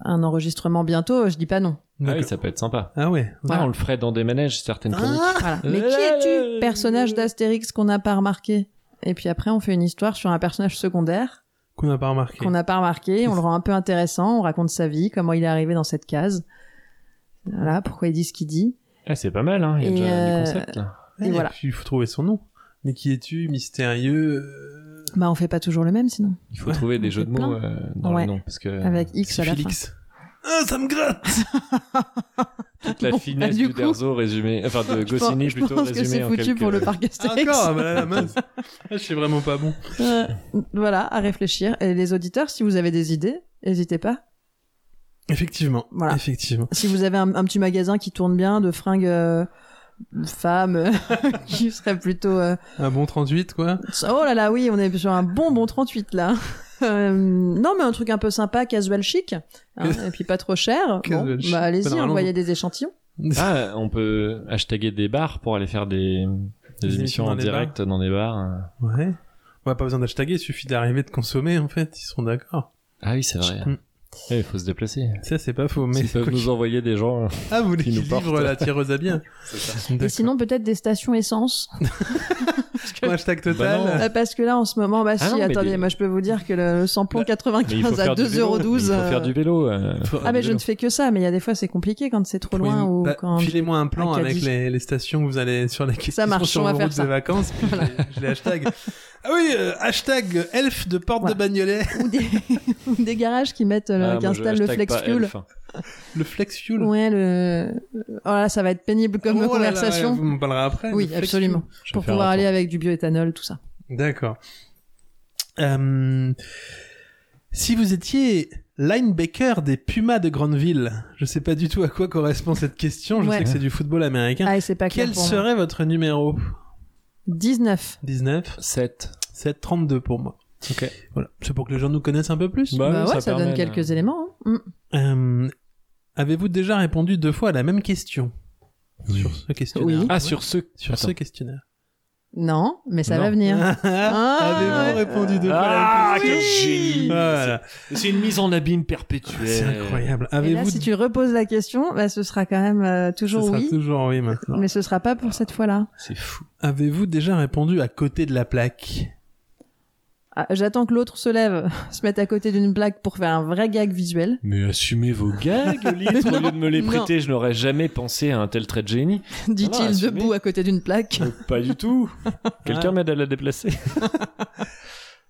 B: un enregistrement bientôt, je dis pas non.
F: Ah oui,
A: D'accord.
F: ça peut être sympa.
A: Ah ouais.
F: Ah, on le
B: Ah.
F: ferait dans des manèges, certaines chroniques.
A: Ah
B: Voilà. Mais qui es-tu, personnage d'Astérix qu'on n'a pas remarqué Et puis après, on fait une histoire sur un personnage secondaire
A: qu'on n'a pas remarqué.
B: qu'on n'a pas remarqué. On le rend un peu intéressant. On raconte sa vie, comment il est arrivé dans cette case. Voilà, pourquoi il dit ce qu'il dit.
F: Ah, c'est pas mal, hein. Il y a
B: Et
F: déjà
B: euh,
F: du concept, là.
A: Ouais,
B: et voilà.
A: puis, il faut trouver son nom. Mais qui es-tu, mystérieux euh,
B: Bah, on fait pas toujours le même sinon.
F: Il faut
A: Ouais.
F: trouver des jeux de
B: plein.
F: mots euh, dans
B: Ouais. Ah,
F: le nom. Parce que
B: Avec X
A: c'est
B: à la fin.
A: Félix. Ah, ça me gratte
F: toute la
B: Bon,
F: finesse
B: bah,
F: du,
B: du coup,
F: Derzo résumée, enfin de
B: Je pense-
F: Goscinny
B: je
F: plutôt
B: pense que
F: résumée
B: c'est
F: en
B: foutu
F: quelques...
B: pour le parc Astérix.
A: Encore, ah, bah, la mince. Ah, Je suis vraiment pas bon.
B: Euh, voilà, à réfléchir. Et les auditeurs, si vous avez des idées, n'hésitez pas.
A: Effectivement.
B: Voilà.
A: Effectivement.
B: Si vous avez un, un petit magasin qui tourne bien de fringues euh, femmes, euh, qui serait plutôt... euh,
A: Un bon 38, quoi.
B: Oh là là, oui, on est sur un bon bon 38 là. Euh, non, mais un truc un peu sympa, casual chic, hein, et puis pas trop cher. Bon,
A: Casual chic.
B: bah
A: Bah,
B: allez-y,
A: normalement,
B: envoyez des échantillons.
F: Ah, on peut hashtaguer des bars pour aller faire des, des
A: Des émissions
F: émissions en
A: dans des
F: direct dans des bars.
A: Ouais. On n'a pas besoin d'hashtaguer, il suffit d'arriver de consommer, en fait. Ils sont d'accord.
F: Ah oui, c'est vrai.
A: Mm.
F: Eh, Il faut se déplacer.
A: Ça, c'est pas faux. Mais
F: Ils peuvent
A: quoi
F: nous
A: qu'il-
F: envoyer des gens.
A: Ah, vous voulez
F: qui nous
A: qu'ils livrent
F: portent.
A: la tireuse à bien
B: Et sinon, peut-être des stations essence.
A: hashtag
F: Bah
A: total.
B: Euh, parce que là, en ce moment, bah
F: Ah
B: si,
F: non, mais
B: attendez,
F: des-
B: moi je peux vous dire que le, le samplon
F: Bah, Mais il faut
B: 95 à
F: faire du vélo.
B: 2,12€.
F: Il faut faire du vélo. euh.
B: Ah mais je ne fais que ça, mais il y a des fois c'est compliqué quand c'est trop loin ou
A: Bah,
B: quand...
A: Filez-moi un plan
B: un
A: avec
B: caddie.
A: les, les stations que vous allez sur lesquelles
B: Ça
A: qui
B: marche,
A: sont sur
B: on va
A: vos
B: faire
A: routes
B: ça.
A: de vacances. puis je les- je les hashtag. Ah oui, euh, hashtag elf de porte
B: Voilà.
A: de Bagnolet.
B: ou, des... ou des garages qui mettent, le-
F: Ah, moi,
B: qui
F: je
B: installent le
F: hashtag
B: flex
F: pas
B: fuel.
F: elf.
A: Le flex fuel.
B: Ouais, le... Oh là, ça va être pénible comme
A: Oh là là,
B: conversation.
A: ouais, vous m'en parlerez après. le
B: oui,
A: flex
B: absolument.
F: Je vais
B: Pour
F: faire
B: pouvoir
F: un
B: aller
F: tour.
B: avec du bioéthanol, tout ça.
A: fuel. D'accord. Euh, si vous étiez linebacker des Pumas de Grandville, je sais pas du tout à quoi correspond cette question. Je
B: Ouais.
A: sais que c'est du football américain.
B: Ah, et c'est pas clair
A: Quel
B: pour moi.
A: serait votre numéro
B: 19.
A: 19,
F: 7.
A: 7, 32 pour moi.
F: Ok.
A: Voilà. C'est pour que les gens nous connaissent un peu plus.
F: Bah,
B: bah
F: oui,
B: ouais, ça,
F: ça
B: donne
F: permet de-
B: quelques éléments. hein. Mm.
A: Euh, Avez-vous déjà répondu deux fois à la même question sur ce questionnaire
B: Oui.
F: Ah, sur ce.
A: Sur ce
F: Attends.
A: questionnaire.
B: Non, mais ça
F: Non.
B: va venir. Ah,
A: Avez-vous répondu deux fois à
F: Ah,
A: la même
F: quel
A: question
F: génie
A: Voilà.
F: C'est une mise en abîme perpétuelle.
A: C'est incroyable.
B: Et là,
A: Avez-vous
B: si tu reposes la question, bah, ce sera quand même euh,
A: Ce
B: toujours
A: sera
B: oui,
A: toujours oui maintenant.
B: mais ce sera pas pour cette fois-là.
F: C'est fou.
A: Avez-vous déjà répondu à côté de la plaque
B: Ah, J'attends que l'autre se lève, se mette à côté d'une plaque pour faire un vrai gag visuel.
F: Mais assumez vos gags, Lilith. Au lieu de me les
B: Non.
F: prêter, je n'aurais jamais pensé à un tel trait de génie.
B: dit-il
F: Ah, assumé. Ah,
B: debout à côté d'une plaque.
F: Pas du tout.
B: Ah.
F: Quelqu'un m'aide à la déplacer.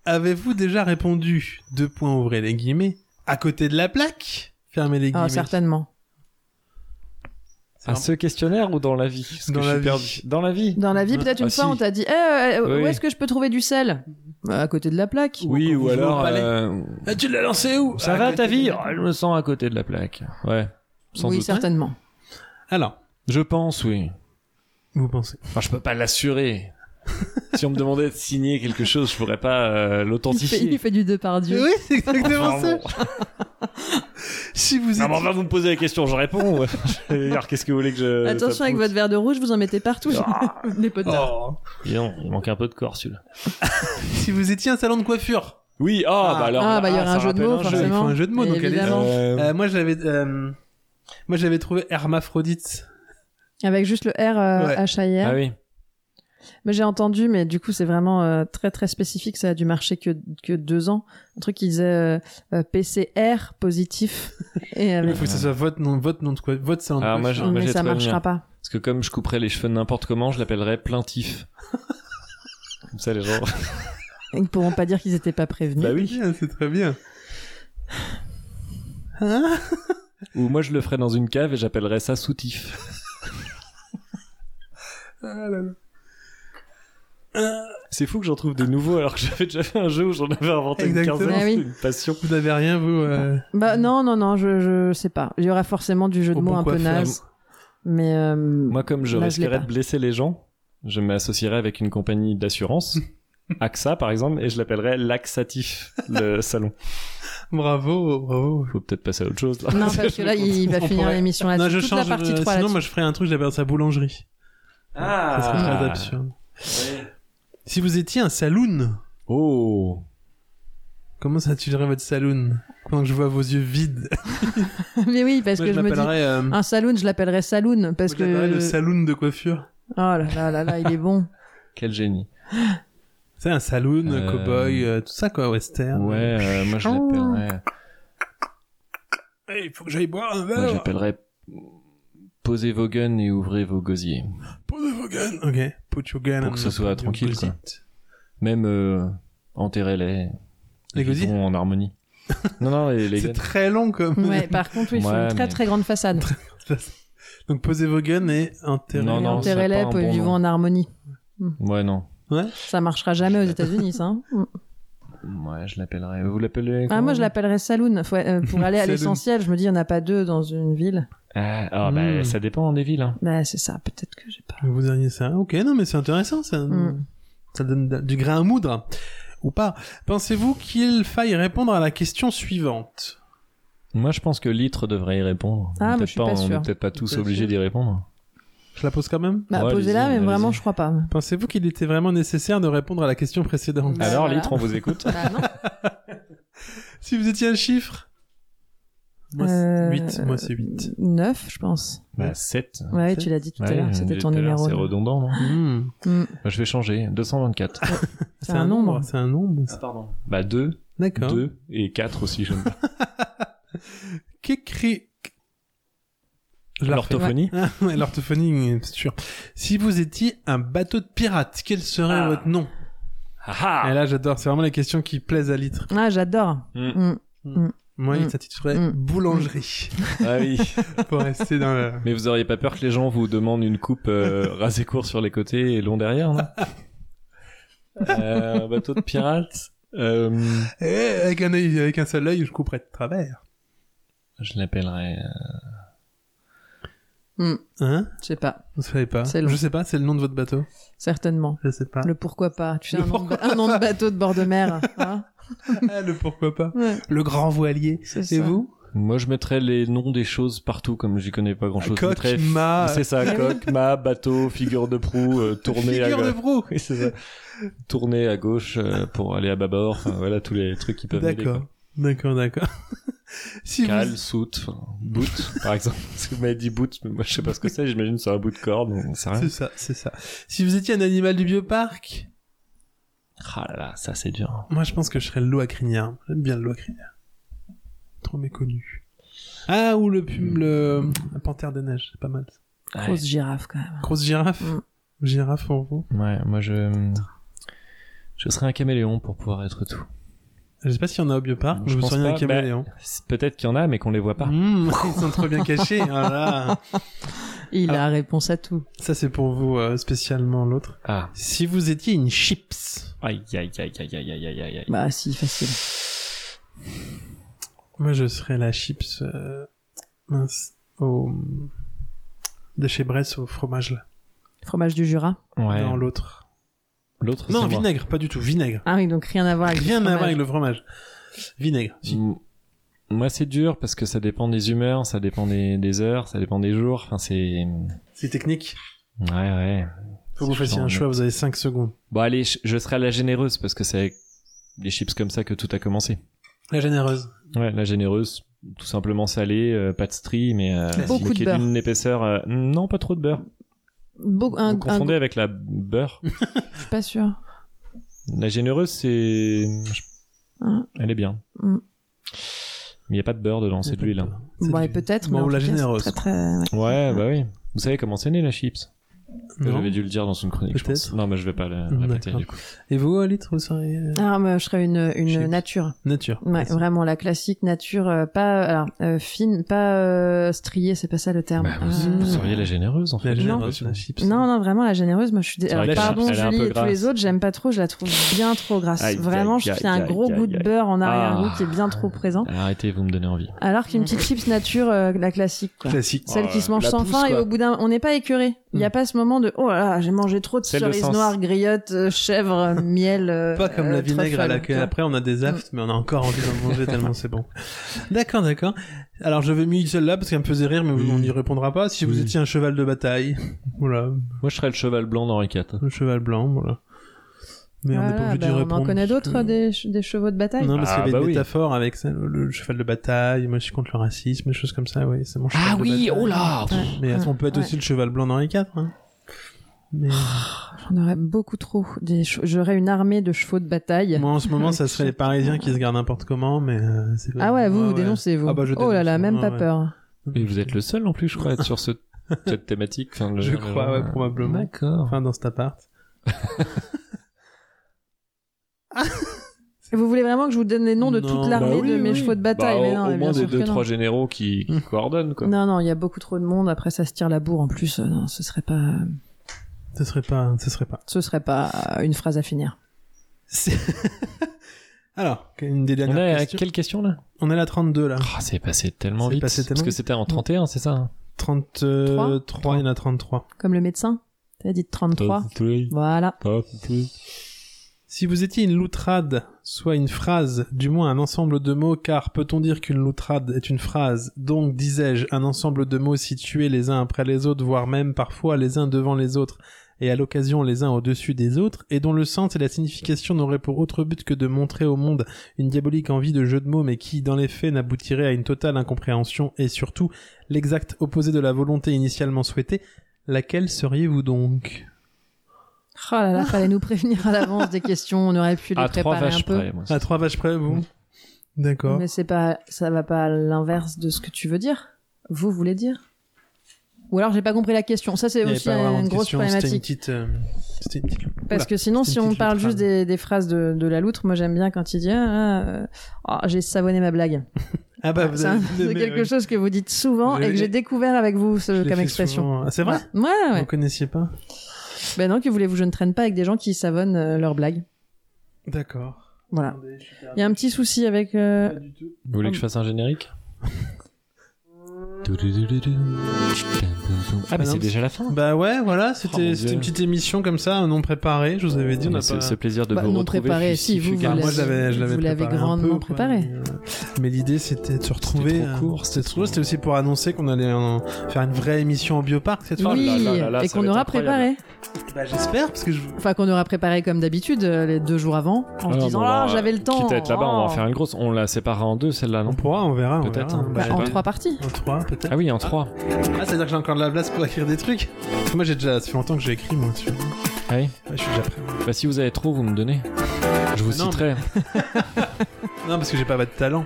A: Avez-vous déjà répondu deux points ouvrez les guillemets à côté de la plaque Fermez les guillemets.
B: Ah, certainement.
A: C'est
F: À ce questionnaire ou dans la vie Parce que
A: Dans
F: je
A: la
F: suis
A: vie.
F: perdu. Dans la vie.
B: Dans la vie, peut-être une
F: Ah,
B: fois,
F: si.
B: on t'a dit Eh, euh, euh, où
F: Oui.
B: est-ce que je peux trouver du sel Bah, À côté de la plaque.
A: Ou
F: Oui,
A: quand
F: ou
A: vous jouez au
F: alors.
A: palais.
F: euh,
A: vraiment- Ah, tu l'as lancé où
F: Ça
A: À
F: va
A: côté
F: ta
A: de
F: vie
A: la
F: Oh,
A: plaque.
F: Je me sens à côté de la plaque. Ouais, sans
B: oui,
F: doute. hein.
B: certainement.
A: Alors,
F: Je pense, oui.
A: vous pensez
F: Enfin, je peux pas l'assurer. si on me demandait de signer quelque chose, je pourrais pas euh,
B: Il fait, il
F: l'authentifier.
B: fait du
F: Euh,
B: Depardieu.
A: Oui, c'est exactement
F: Enfin,
A: ça.
F: bon.
A: Si vous
F: Non,
A: êtes
F: mais enfin, vous me posez la question, je réponds. ouais. Je vais dire, Qu'est-ce que vous voulez que
A: Euh,
F: je.
B: Attention avec votre verre de rouge, vous en mettez partout.
F: Ah.
B: Venez pas tard.
A: Oh.
F: Non, il manque un peu de corps celui-là.
A: si vous étiez un salon de coiffure,
F: Oui, ah, bah alors.
B: ah, bah, il y
F: ah,
B: aurait
F: ça
B: un jeu de
F: rappelle
B: mots,
F: un
A: Il
B: forcément.
A: faut un jeu de mots,
B: Et
A: donc allez-y.
B: évidemment.
F: Euh,
A: Euh, moi j'avais euh, moi j'avais trouvé hermaphrodite.
B: Avec juste le R euh,
A: Ouais.
B: H-I-R.
F: Ah oui.
B: Mais j'ai entendu, mais du coup, c'est vraiment euh, très très spécifique. Ça a dû marcher que, que deux ans. Un truc qui disait euh, euh, PCR positif. Et
A: Il
B: avec...
A: faut que ce soit votre nom, votre nom de quoi, votre salon de
F: Alors, Ah, moi,
A: coiffure.
F: je-
B: Mais
F: j'ai
B: ça
F: trouvé le
B: marchera
F: mien.
B: pas.
F: Parce que comme je couperais les cheveux de n'importe comment, je l'appellerais plaintif. Comme ça, les gens.
B: Ils ne pourront pas dire qu'ils étaient pas prévenus.
F: Bah oui.
A: C'est bien, c'est très bien. Hein
F: Ou moi, je le ferais dans une cave et j'appellerais ça soutif.
A: Ah là là.
F: C'est fou que j'en trouve de nouveaux alors que j'avais déjà fait un jeu où j'en avais inventé
A: Exactement.
F: une quinzaine.
B: Ah oui.
F: C'était une passion.
A: Vous n'avez rien vous euh,
B: Bah non, non, non, je, je sais pas. Il y aura forcément du jeu de
A: au
B: mots
A: bon
B: un peu
A: coiffeur.
B: naze. Mais euh,
F: Moi, comme je
B: Là, je l'ai
F: risquerais
B: pas.
F: de blesser les gens, je m'associerais avec une compagnie d'assurance. AXA par exemple, et je l'appellerais laxatif, le salon.
A: Bravo, bravo.
F: Faut peut-être passer à autre chose. là.
B: non, parce que là, il va
A: On
B: finir
A: pourrait-
B: l'émission là-dessus.
A: non, je
B: Ah, Toute
A: change.
B: la partie
A: euh,
B: 3
A: sinon,
B: là-dessus.
A: moi, je ferais un truc, j'appelle ça boulangerie.
F: Ah,
A: Ça serait très absurde. Si vous étiez un saloon,
F: Oh,
A: comment ça tirerait votre saloon Pendant que je vois vos yeux vides.
B: Mais oui, parce
A: Moi,
B: que
A: je
B: je me dis.
A: m'appellerais. euh, moi,
B: Un saloon, je l'appellerais saloon parce Oh
A: je l'appellerais
B: que.
A: le saloon de coiffure.
B: oh là là là là, il est bon.
F: quel génie.
A: C'est un saloon,
F: Euh,
A: cowboy, euh, tout ça quoi, western.
F: Ouais, euh, moi je l'appellerais.
A: Eh, Il faut que j'aille boire un
F: Moi
A: verre.
F: j'appellerais. Posez vos guns et ouvrez vos gosiers.
A: Put your gun. Ok. Put your gun.
F: Pour que ce
A: and
F: soit
A: put your
F: tranquille,
A: pussy.
F: quoi. Même euh, enterrez-les.
A: Les gosiers
F: Vivons en harmonie. non, non, les, les
A: C'est
F: guns.
A: très long comme.
B: Ouais, par contre, ils font
F: Ouais,
B: une très
F: mais-
B: très grande façade.
A: Donc posez vos guns et enterrez.
F: Non,
B: Et
F: non, c'est pas
B: Enterrez-les,
F: un
B: puis
F: bon
B: vivons
F: nom.
B: en harmonie.
F: Ouais, non.
B: Ça marchera jamais aux États-Unis, ça. hein. Mm.
F: Ouais, je l'appellerais. Vous l'appelez
B: Ah,
F: comment
B: moi, je l'appellerais Saloon. Faut- euh, pour aller à
A: Saloon.
B: l'essentiel, je me dis, il n'y en a pas deux dans une ville.
F: Ah, ah,
A: Hmm.
F: bah, ça dépend des villes. hein.
B: Bah, c'est ça, peut-être que j'ai pas.
A: Vous diriez ça. Ok, non, mais c'est intéressant. Ça,
B: Mm.
A: ça donne da- du grain à moudre. Ou pas. Pensez-vous qu'il faille répondre à la question suivante
F: Moi, je pense que Litre devrait y répondre.
B: Ah,
F: On est
B: mais je suis
F: peut-être
B: pas
F: on est
B: sûre.
F: peut-être pas tous
A: Pas
F: obligés
A: sûre.
F: d'y répondre.
A: Je la pose quand même
B: Bah,
F: Ouais,
B: posez-la,
F: allez-y,
B: mais
F: allez-y.
B: vraiment, je crois pas.
A: Pensez-vous qu'il était vraiment nécessaire de répondre à la question précédente
B: Bah,
F: Alors,
B: voilà.
F: Litre, on vous écoute.
B: Bah, non.
A: Si vous étiez un chiffre Moi,
B: Euh,
A: 8. Moi, c'est 8.
B: Neuf, je pense.
F: bah, 7.
B: Ouais, tu l'as dit tout à l'heure. C'était ton numéro.
F: C'est
B: neuf.
F: redondant, non
A: Hmm.
F: Bah, Je vais changer. 224.
A: C'est
B: un
A: un nombre.
B: nombre.
A: C'est un nombre.
F: pardon. Bah, 2,
A: D'accord.
F: 2 et 4 aussi, j'aime bien.
A: Qu'écrit Je la refais.
F: L'orthophonie.
A: Ah, ouais, l'orthophonie, c'est sûr. Si vous étiez un bateau de pirates, quel serait
F: Ah.
A: votre nom
F: Ah
A: Et là, j'adore. C'est vraiment la question qui plaise à l'itre.
B: Ah, j'adore.
F: Mm.
B: Mm.
A: Moi, il
B: Mm.
A: s'intitulerait
B: Mm.
A: Boulangerie.
F: Ah oui.
A: Pour rester dans le...
F: Mais vous auriez pas peur que les gens vous demandent une coupe euh, rasée court sur les côtés et long derrière, non Euh, Un bateau de pirates. Euh...
A: Eh, avec, un œil- avec un seul œil, je couperais de travers.
F: Je l'appellerais. euh,
A: Hein
B: Je sais pas.
A: Vous savez pas
B: C'est long.
A: Je sais pas, c'est le nom de votre bateau
B: Certainement.
A: Je sais pas.
B: Hein Le pourquoi pas. Tu sais,
A: Le
B: un, nom de... un nom de bateau de bord de mer. hein.
A: Ah, le pourquoi pas.
B: Ouais,
A: Le grand voilier.
B: c'est
A: Et
B: ça.
A: vous
F: Moi, je mettrais les noms des choses partout, comme j'y connais pas grand chose.
A: Coq, mât,
F: C'est ça, coq, mât, bateau, figure de proue, euh, tournée à
A: figure de
F: gauche.
A: proue
F: Oui, c'est ça. Tournée à gauche euh, pour aller à bâbord. Enfin, voilà tous les trucs qui peuvent m'aider,
A: D'accord.
F: quoi.
A: D'accord, d'accord. si
F: Cale, soute, enfin, boot, par exemple. Parce que vous m'avez dit boot, mais moi, je sais pas ce que c'est. J'imagine que c'est un bout de corde. On sait
A: vous...
F: rien.
A: C'est ça, c'est ça. Si vous étiez un animal du bioparc,
F: Ah là là, ça, c'est dur.
A: moi je pense que je serais le loup à crinière. J'aime bien le loup à crinière. Trop méconnu. Ah, ou le, pume, le... la panthère des neiges, c'est pas mal.
F: Ouais.
B: Grosse girafe, quand même.
A: Grosse girafe
B: Mm.
A: Girafe en vous
F: Ouais, moi, je. Je serais un caméléon pour pouvoir être tout.
A: Je sais pas s'il y en a au bioparc, mais
F: Je
A: je me
F: pense
A: souviens d'un
F: pas,
A: caméléon.
F: Peut-être qu'il y en a, mais qu'on les voit pas.
A: Mm, ils sont trop bien cachés. voilà.
B: Il
A: Ah.
B: a réponse à tout.
A: Ça c'est pour vous euh, spécialement l'autre.
F: Ah.
A: Si vous étiez une chips,
F: Aïe, aïe, aïe, aïe, aïe, aïe, aïe, aïe.
B: Bah, si, facile.
A: moi je serais la chips euh, mince au de chez Bresse au fromage là.
B: Fromage du Jura.
F: Ouais.
A: Dans l'autre.
F: L'autre,
A: Non
F: c'est moi.
A: vinaigre, pas du tout vinaigre.
B: Ah oui, donc rien à voir avec le
A: Rien à
B: fromage.
A: voir avec le fromage. Vinaigre. Si.
F: Mm. Moi, c'est dur parce que ça dépend des humeurs, ça dépend des, des heures, ça dépend des jours. Enfin, c'est.
A: C'est technique.
F: Ouais, ouais.
A: Faut que vous
F: C'est
A: fassiez
F: chiant,
A: un
F: mais-
A: choix. Vous avez 5 secondes.
F: Bon, allez, je, je serai à la généreuse parce que c'est avec des chips comme ça que tout a commencé.
A: La généreuse.
F: Ouais, la généreuse, tout simplement salée, euh, pas de strie, mais. euh,
A: Classique.
F: mais
B: Beaucoup de
F: qui est
B: beurre.
F: d'une épaisseur. euh, non, pas trop de beurre.
B: Beaucoup- un, Mm. un-
F: Vous confondez avec la beurre.
B: Je suis pas sûre.
F: la généreuse, c'est. je-
B: Hein.
F: Elle est bien.
B: Mm.
F: Mais il n'y a pas de beurre dedans, c'est de l'huile. hein.
A: C'est
B: Bon,
A: du-
B: et peut-être.
A: Bon,
B: mais en
A: ou la
B: tout cas, c'est
A: généreuse.
B: Très, très... ouais.
F: Ouais, bah oui. Vous savez comment c'est né la chips
A: Non.
F: J'avais dû le dire dans une chronique. je pense.
A: Peut-être.
F: Non, mais je vais pas le
A: Mm,
F: répéter
A: d'accord.
F: du coup.
A: Et vous, Alitre, vous seriez euh,
B: Ah, mais je serais une, une
A: Chips.
B: nature.
A: nature.
B: Ouais, vraiment la classique nature, euh, pas alors euh, fine, pas euh, striée, c'est pas ça le terme.
F: Bah, vous,
B: Euh,
F: vous seriez la généreuse en fait.
A: La généreuse, la chips.
B: Non, non, vraiment la généreuse. Moi, je suis. dé-
F: C'est
B: Alors,
F: vrai
A: qu'elle-
B: pardon,
F: elle est un
B: Julie
F: peu
B: et tous
F: grasse.
B: les autres, j'aime pas trop. Je la trouve bien trop grasse.
F: Aïe,
B: vraiment,
F: aïe,
B: je
F: aïe,
B: fais un
F: aïe,
B: gros
F: aïe,
B: goût de
F: aïe.
B: beurre en arrière-goût
F: Ah.
B: qui est bien trop présent.
F: Arrêtez, vous me donnez envie.
B: Alors qu'une petite chips nature, euh, la classique, quoi.
A: Classique.
B: Celle qui se mange
F: Euh, la
B: sans
F: pousse,
B: faim et
F: quoi. Hmm.
B: au bout d'un, on n'est pas écœuré. Il n'y a pas ce moment de oh là là, j'ai mangé trop de
F: Celle de
B: cerises
F: Sens.
B: noires, griottes, euh, chèvres, euh, miel. euh,
A: Pas comme la
B: euh,
A: vinaigre à
B: truffle, tu
A: laquelle
B: vois.
A: après on a des aftes, mais on a encore envie d'en manger tellement c'est bon. D'accord, d'accord. Alors j'avais mis celle-là parce qu'elle me faisait rire, mais on n'y répondra pas. Si vous
F: Oui.
A: étiez un cheval de bataille, voilà,
F: Moi, je serais le cheval blanc d'Henri IV.
A: un cheval blanc, voilà. Mais on n'est pas
B: Voilà,
A: obligé
B: bah,
A: d'y
B: on
A: répondre.
B: en connaît
A: parce
B: d'autres
A: que-
B: des, che- des chevaux de bataille.
A: Non, parce qu'il y
F: Ah,
A: avait
F: bah
A: une
F: oui.
A: métaphore avec ça, le, le cheval de bataille, moi je suis contre le racisme, des choses comme ça, oui, c'est mon cheval de bataille.
F: Ah oh là
B: Ouais.
A: Mais
B: Ouais.
A: on peut être
B: Ouais.
A: aussi le cheval blanc d'Henri IV, hein. mais-
B: J'en aurais beaucoup trop. Des che- J'aurais une armée de chevaux de bataille.
A: Moi, en ce moment, ça serait les Parisiens qui se gardent n'importe comment, mais euh, c'est pas-
B: Ah ouais, vous, vous
A: ouais.
B: dénoncez, vous.
A: Ah bah, je
B: oh là là,
A: dénonce,
B: même pas
A: ouais.
B: peur.
F: Mais vous êtes le seul en plus, je crois, à être sur ce, cette thématique. Enfin, le-
A: Je
F: le-
A: crois, ouais, probablement.
F: D'accord.
A: Enfin, dans cet appart.
B: Et Vous voulez vraiment que je vous donne les noms de
A: Non,
B: toute
A: bah
B: l'armée
F: oui,
B: de mes
F: oui.
B: chevaux de bataille
F: Bah,
B: mais
F: au-
B: non,
F: au
B: mais bien
F: moins des
B: sûr que
F: deux,
B: non.
F: trois généraux qui, qui
A: Mm.
F: coordonnent, quoi.
B: Non, non, il y a beaucoup trop de monde. Après, ça se tire la bourre en plus. Euh, Non, ce serait pas,
A: Ce serait pas, ce serait pas.
B: ce serait pas euh, une phrase à finir.
A: C'est- Alors, une des
F: On est
A: dernières
F: à
A: questions.
F: quelle question là
A: On est à la 32 là.
F: Ah, C'est passé tellement
A: C'est
F: vite.
A: passé tellement
F: Parce que
A: vite.
F: c'était en 31, c'est ça hein
A: 33, euh, il y en a 33.
B: Comme le médecin, t'as dit 33. Voilà.
A: Si vous étiez une loutrade, soit une phrase, du moins un ensemble de mots, car peut-on dire qu'une loutrade est une phrase Donc, disais-je, un ensemble de mots situés les uns après les autres, voire même parfois les uns devant les autres, et à l'occasion les uns au-dessus des autres, et dont le sens et la signification n'auraient pour autre but que de montrer au monde une diabolique envie de jeu de mots, mais qui, dans les faits, n'aboutirait à une totale incompréhension, et surtout, l'exact opposé de la volonté initialement souhaitée, laquelle seriez-vous donc
B: Oh là là, fallait nous prévenir à l'avance des questions. On aurait pu les
F: À Ah, trois
B: préparer un
F: vaches
B: peu.
F: près. moi, c'est-
A: À trois vaches près, vous D'accord.
B: Mais c'est pas, ça va pas à l'inverse de ce que tu veux dire. Vous voulez dire Ou alors j'ai pas compris la question. Ça c'est
A: Il y avait
B: aussi
A: pas vraiment
B: une
A: de
B: grosse
A: question, C'était une
B: problématique.
A: petite. euh, c'était une petite-
B: Parce
A: Oula.
B: que sinon,
A: c'est
B: si
A: une
B: on
A: petite
B: parle
A: loutrade.
B: juste des, des phrases de, de la loutre, moi j'aime bien quand il dit ah, euh, oh, j'ai savonné ma blague.
A: Ah bah, vous
B: C'est
A: avez-
B: un-
A: vous
B: c'est
A: aimez,
B: quelque
A: ouais.
B: chose que vous dites souvent
A: Je
B: et
A: l'ai-
B: que j'ai découvert avec vous ce-
A: Je l'ai
B: comme
A: fait
B: expression.
A: souvent. Ah, c'est vrai
B: Ouais, ouais, ouais.
A: Vous connaissiez pas
B: Ben non, que voulez-vous, je ne traîne pas avec des gens qui savonnent euh, leurs blagues.
A: D'accord.
B: Voilà.
A: Attendez, je suis perdu.
B: Il y a un petit souci avec. euh,
A: Pas du tout.
F: Vous voulez que je fasse un générique Ah,
A: Ah
F: mais
A: non,
F: c'est déjà la fin.
A: Bah ouais, voilà,
F: Oh, mon
A: c'était c'était
F: Dieu.
A: une petite émission comme ça, non préparée, je vous avais dit. On
F: Mais
A: a
F: ce,
A: pas...
F: ce plaisir de
B: Bah,
F: vous
B: non
F: retrouver.
B: préparé,
F: fut-
B: si,
F: fut
B: vous, vous
F: garni.
A: moi je
B: l'avez-
A: l'avais, je l'avais
B: vous l'avez
A: préparé un
B: grandement
A: peu, quoi,
B: préparé.
A: mais, euh, Mais l'idée c'était de se retrouver.
F: trop
A: euh,
F: court,
A: C'était
F: c'était
A: trop.
F: trop-
A: C'était aussi pour annoncer qu'on allait en- faire une vraie émission au bioparc cette fois.
B: Oui,
F: Ah, là là là là,
B: et
F: ça
B: qu'on
F: va être
B: aura
F: incroyable.
B: préparé.
A: Bah j'espère parce que je.
B: Enfin, qu'on aura préparé comme d'habitude euh, les deux jours avant, en se
F: Ah,
B: disant
F: bon,
B: là,
F: bah,
B: j'avais le temps.
F: Quitte à être là-bas, on
B: Oh.
F: va faire une grosse. On la séparera en deux, celle-là,
A: On
F: non
A: pourra, on verra. on
F: Peut-être,
A: verra,
F: hein.
A: bah,
B: Bah,
A: je sais
B: en
A: pas.
B: trois parties.
A: En trois, peut-être.
F: Ah oui, en trois.
A: Ah, c'est-à-dire que j'ai encore de la place pour écrire des trucs Parce que Moi, j'ai déjà, ça fait longtemps que j'ai écrit, moi, dessus.
F: Ah oui.
A: Ouais, je suis déjà prêt.
F: Bah, si vous avez trop, vous me donnez. Je vous
A: Mais Bah, non,
F: citerai.
A: Non, parce que j'ai pas de talent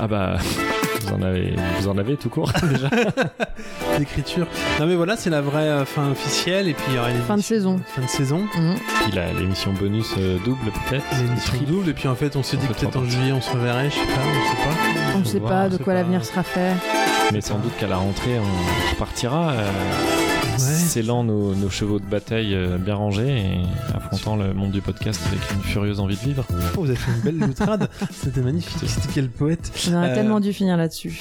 F: Ah bah, vous en avez, vous en avez tout court déjà.
A: d'écriture. Non, mais voilà, c'est la vraie euh, fin officielle, et puis il y aura une
B: Fin de
A: émission-
B: saison.
A: Fin de saison,
B: Mhm.
F: Il a l'émission bonus euh, double peut-être.
A: l'émission
F: Triple.
A: double, et puis en fait, on s'est dit
F: On
A: que
F: fait
A: peut-être
F: trois
A: en
F: parties.
A: juillet, on se reverrait, je sais pas, on sait pas.
B: On ne sait
F: voir,
B: pas
A: on
B: de
A: sait
B: quoi
A: pas.
B: l'avenir sera fait.
F: Mais sans doute qu'à la rentrée, on repartira, euh,
A: Ouais.
F: scellant nos, nos chevaux de bataille euh, bien rangés et affrontant le monde du podcast avec une furieuse envie de vivre.
A: Oh, vous avez fait une belle loutrade, c'était magnifique, c'était quel poète.
B: On aurait
A: Euh,
B: tellement dû finir là-dessus.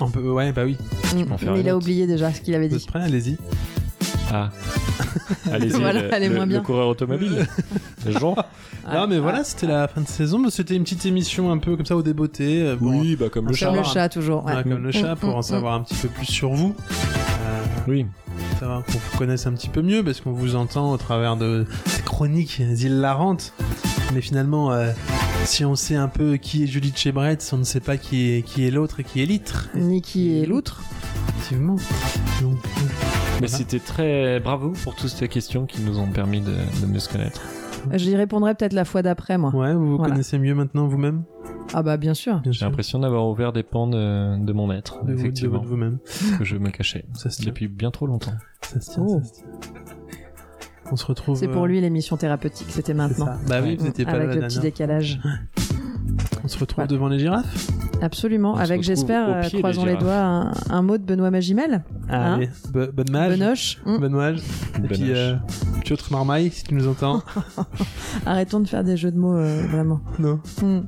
A: On peut, ouais, bah oui,
B: Mm.
F: peux en faire
B: Mais
F: une
B: il a
F: autre.
B: oublié déjà ce qu'il avait
A: vous
B: dit.
A: êtes prêts, allez-y.
F: Ah, allez-y.
B: Voilà,
F: le,
B: elle est
F: le-
B: moins bien.
F: le coureur automobile. Jean.
B: Ah,
A: non, mais
B: ah,
A: voilà, c'était la fin de saison, mais c'était une petite émission un peu comme ça au débeauté. euh, pour-
F: bah comme
A: le
B: Comme
A: chat.
B: le chat, toujours. ouais.
A: Ouais, comme le chat,
B: Mm,
A: pour
B: mm,
A: en savoir un petit peu plus sur vous. Euh,
F: Oui.
A: Ça va, qu'on vous connaisse un petit peu mieux parce qu'on vous entend au travers de ces chroniques hilarantes. Mais finalement, euh, si on sait un peu qui est Julie Chebret, on ne sait pas qui est, qui est l'autre et qui est l'itre,
B: Niki et l'outre.
A: effectivement. Donc, euh,
F: Mais
A: voilà.
F: c'était très bravo pour toutes ces questions qui nous ont permis de, de mieux se connaître.
B: J'y répondrai peut-être la fois d'après, moi.
A: Ouais, vous vous
B: Voilà.
A: connaissez mieux maintenant vous-même
B: Ah bah bien sûr.
A: Bien
F: J'ai
A: sûr.
F: l'impression d'avoir ouvert des pans de, de mon être,
A: De vous, de
F: effectivement,
A: votre vous-même.
F: que je me cachais
A: Ça se tient.
F: depuis bien trop longtemps.
A: Ça se tient,
B: Oh.
A: ça se tient. On se retrouve.
B: C'est
A: euh,
B: pour lui l'émission thérapeutique, c'était
A: c'est
B: maintenant.
A: ça. Bah oui,
F: Ouais.
A: vous n'étiez pas là
B: avec
A: la
B: le petit
A: dernière.
B: décalage.
A: On se retrouve
B: Voilà.
A: devant les girafes
B: Absolument.
F: On se
B: avec,
F: retrouve
B: j'espère,
F: au
B: euh,
F: pied des
B: croisons les
F: girafes.
B: doigts, un, un mot de Benoît Magimel. Hein
A: Allez, bo- bonne mage.
B: Benoche. Mm.
A: Bonne mage. Et
F: Bonne
A: puis,
F: âge.
A: euh, Piotr Marmaille, si tu nous entends.
B: Arrêtons de faire des jeux de mots, euh, vraiment.
F: Ah,
A: non.
B: Mm.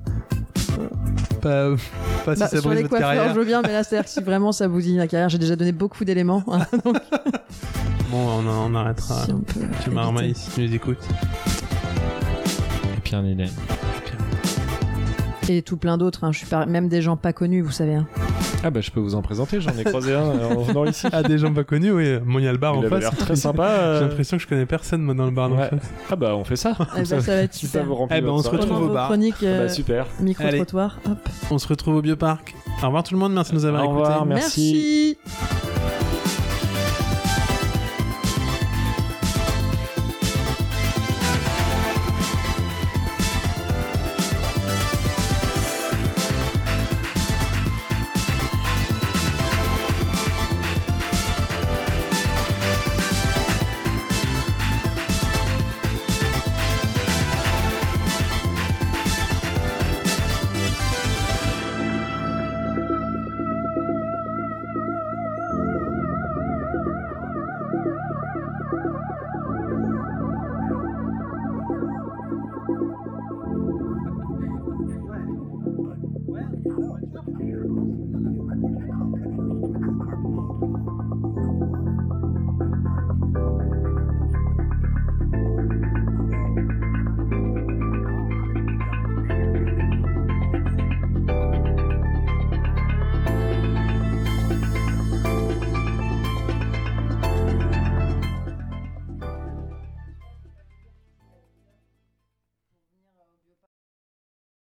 A: Pas, pas
B: Bah,
A: si ça
B: sur
A: brise
B: les
A: votre
B: coiffeurs,
A: carrière.
B: je veux bien, mais là, c'est-à-dire que si vraiment ça vous dit ma carrière, j'ai déjà donné beaucoup d'éléments. hein,
F: Ah,
B: donc,
A: Bon, on, on arrêtera.
B: si on peut
A: Tu
B: éviter.
A: Marmaille, si tu nous écoutes. euh,
F: Et puis un idée.
B: Et tout plein d'autres. hein, Je suis par- même des gens pas connus, vous savez. hein.
F: Ah bah je peux vous en présenter, j'en ai croisé un euh, en venant ici.
A: Ah, des gens pas connus, oui. Moi, il y a le bar
F: Il
A: Ah, en
F: avait
A: face.
F: l'air très sympa. euh.
A: J'ai l'impression que je connais personne, moi, dans le bar d'en
F: Ouais.
A: face.
F: Ah bah on fait ça.
B: Eh ben, ça va être
F: Si ça
B: super.
F: vous remplit
A: Eh ben,
F: votre
A: on se
F: soirée.
A: retrouve
B: Pendant
A: au
B: vos
A: bar.
B: chroniques,
F: Ah
B: euh,
F: bah super.
B: micro-trottoir, hop.
A: On se retrouve au Bioparc. Au revoir tout le monde, merci de nous avoir
F: Au revoir,
A: écoutés.
F: merci.
B: Merci.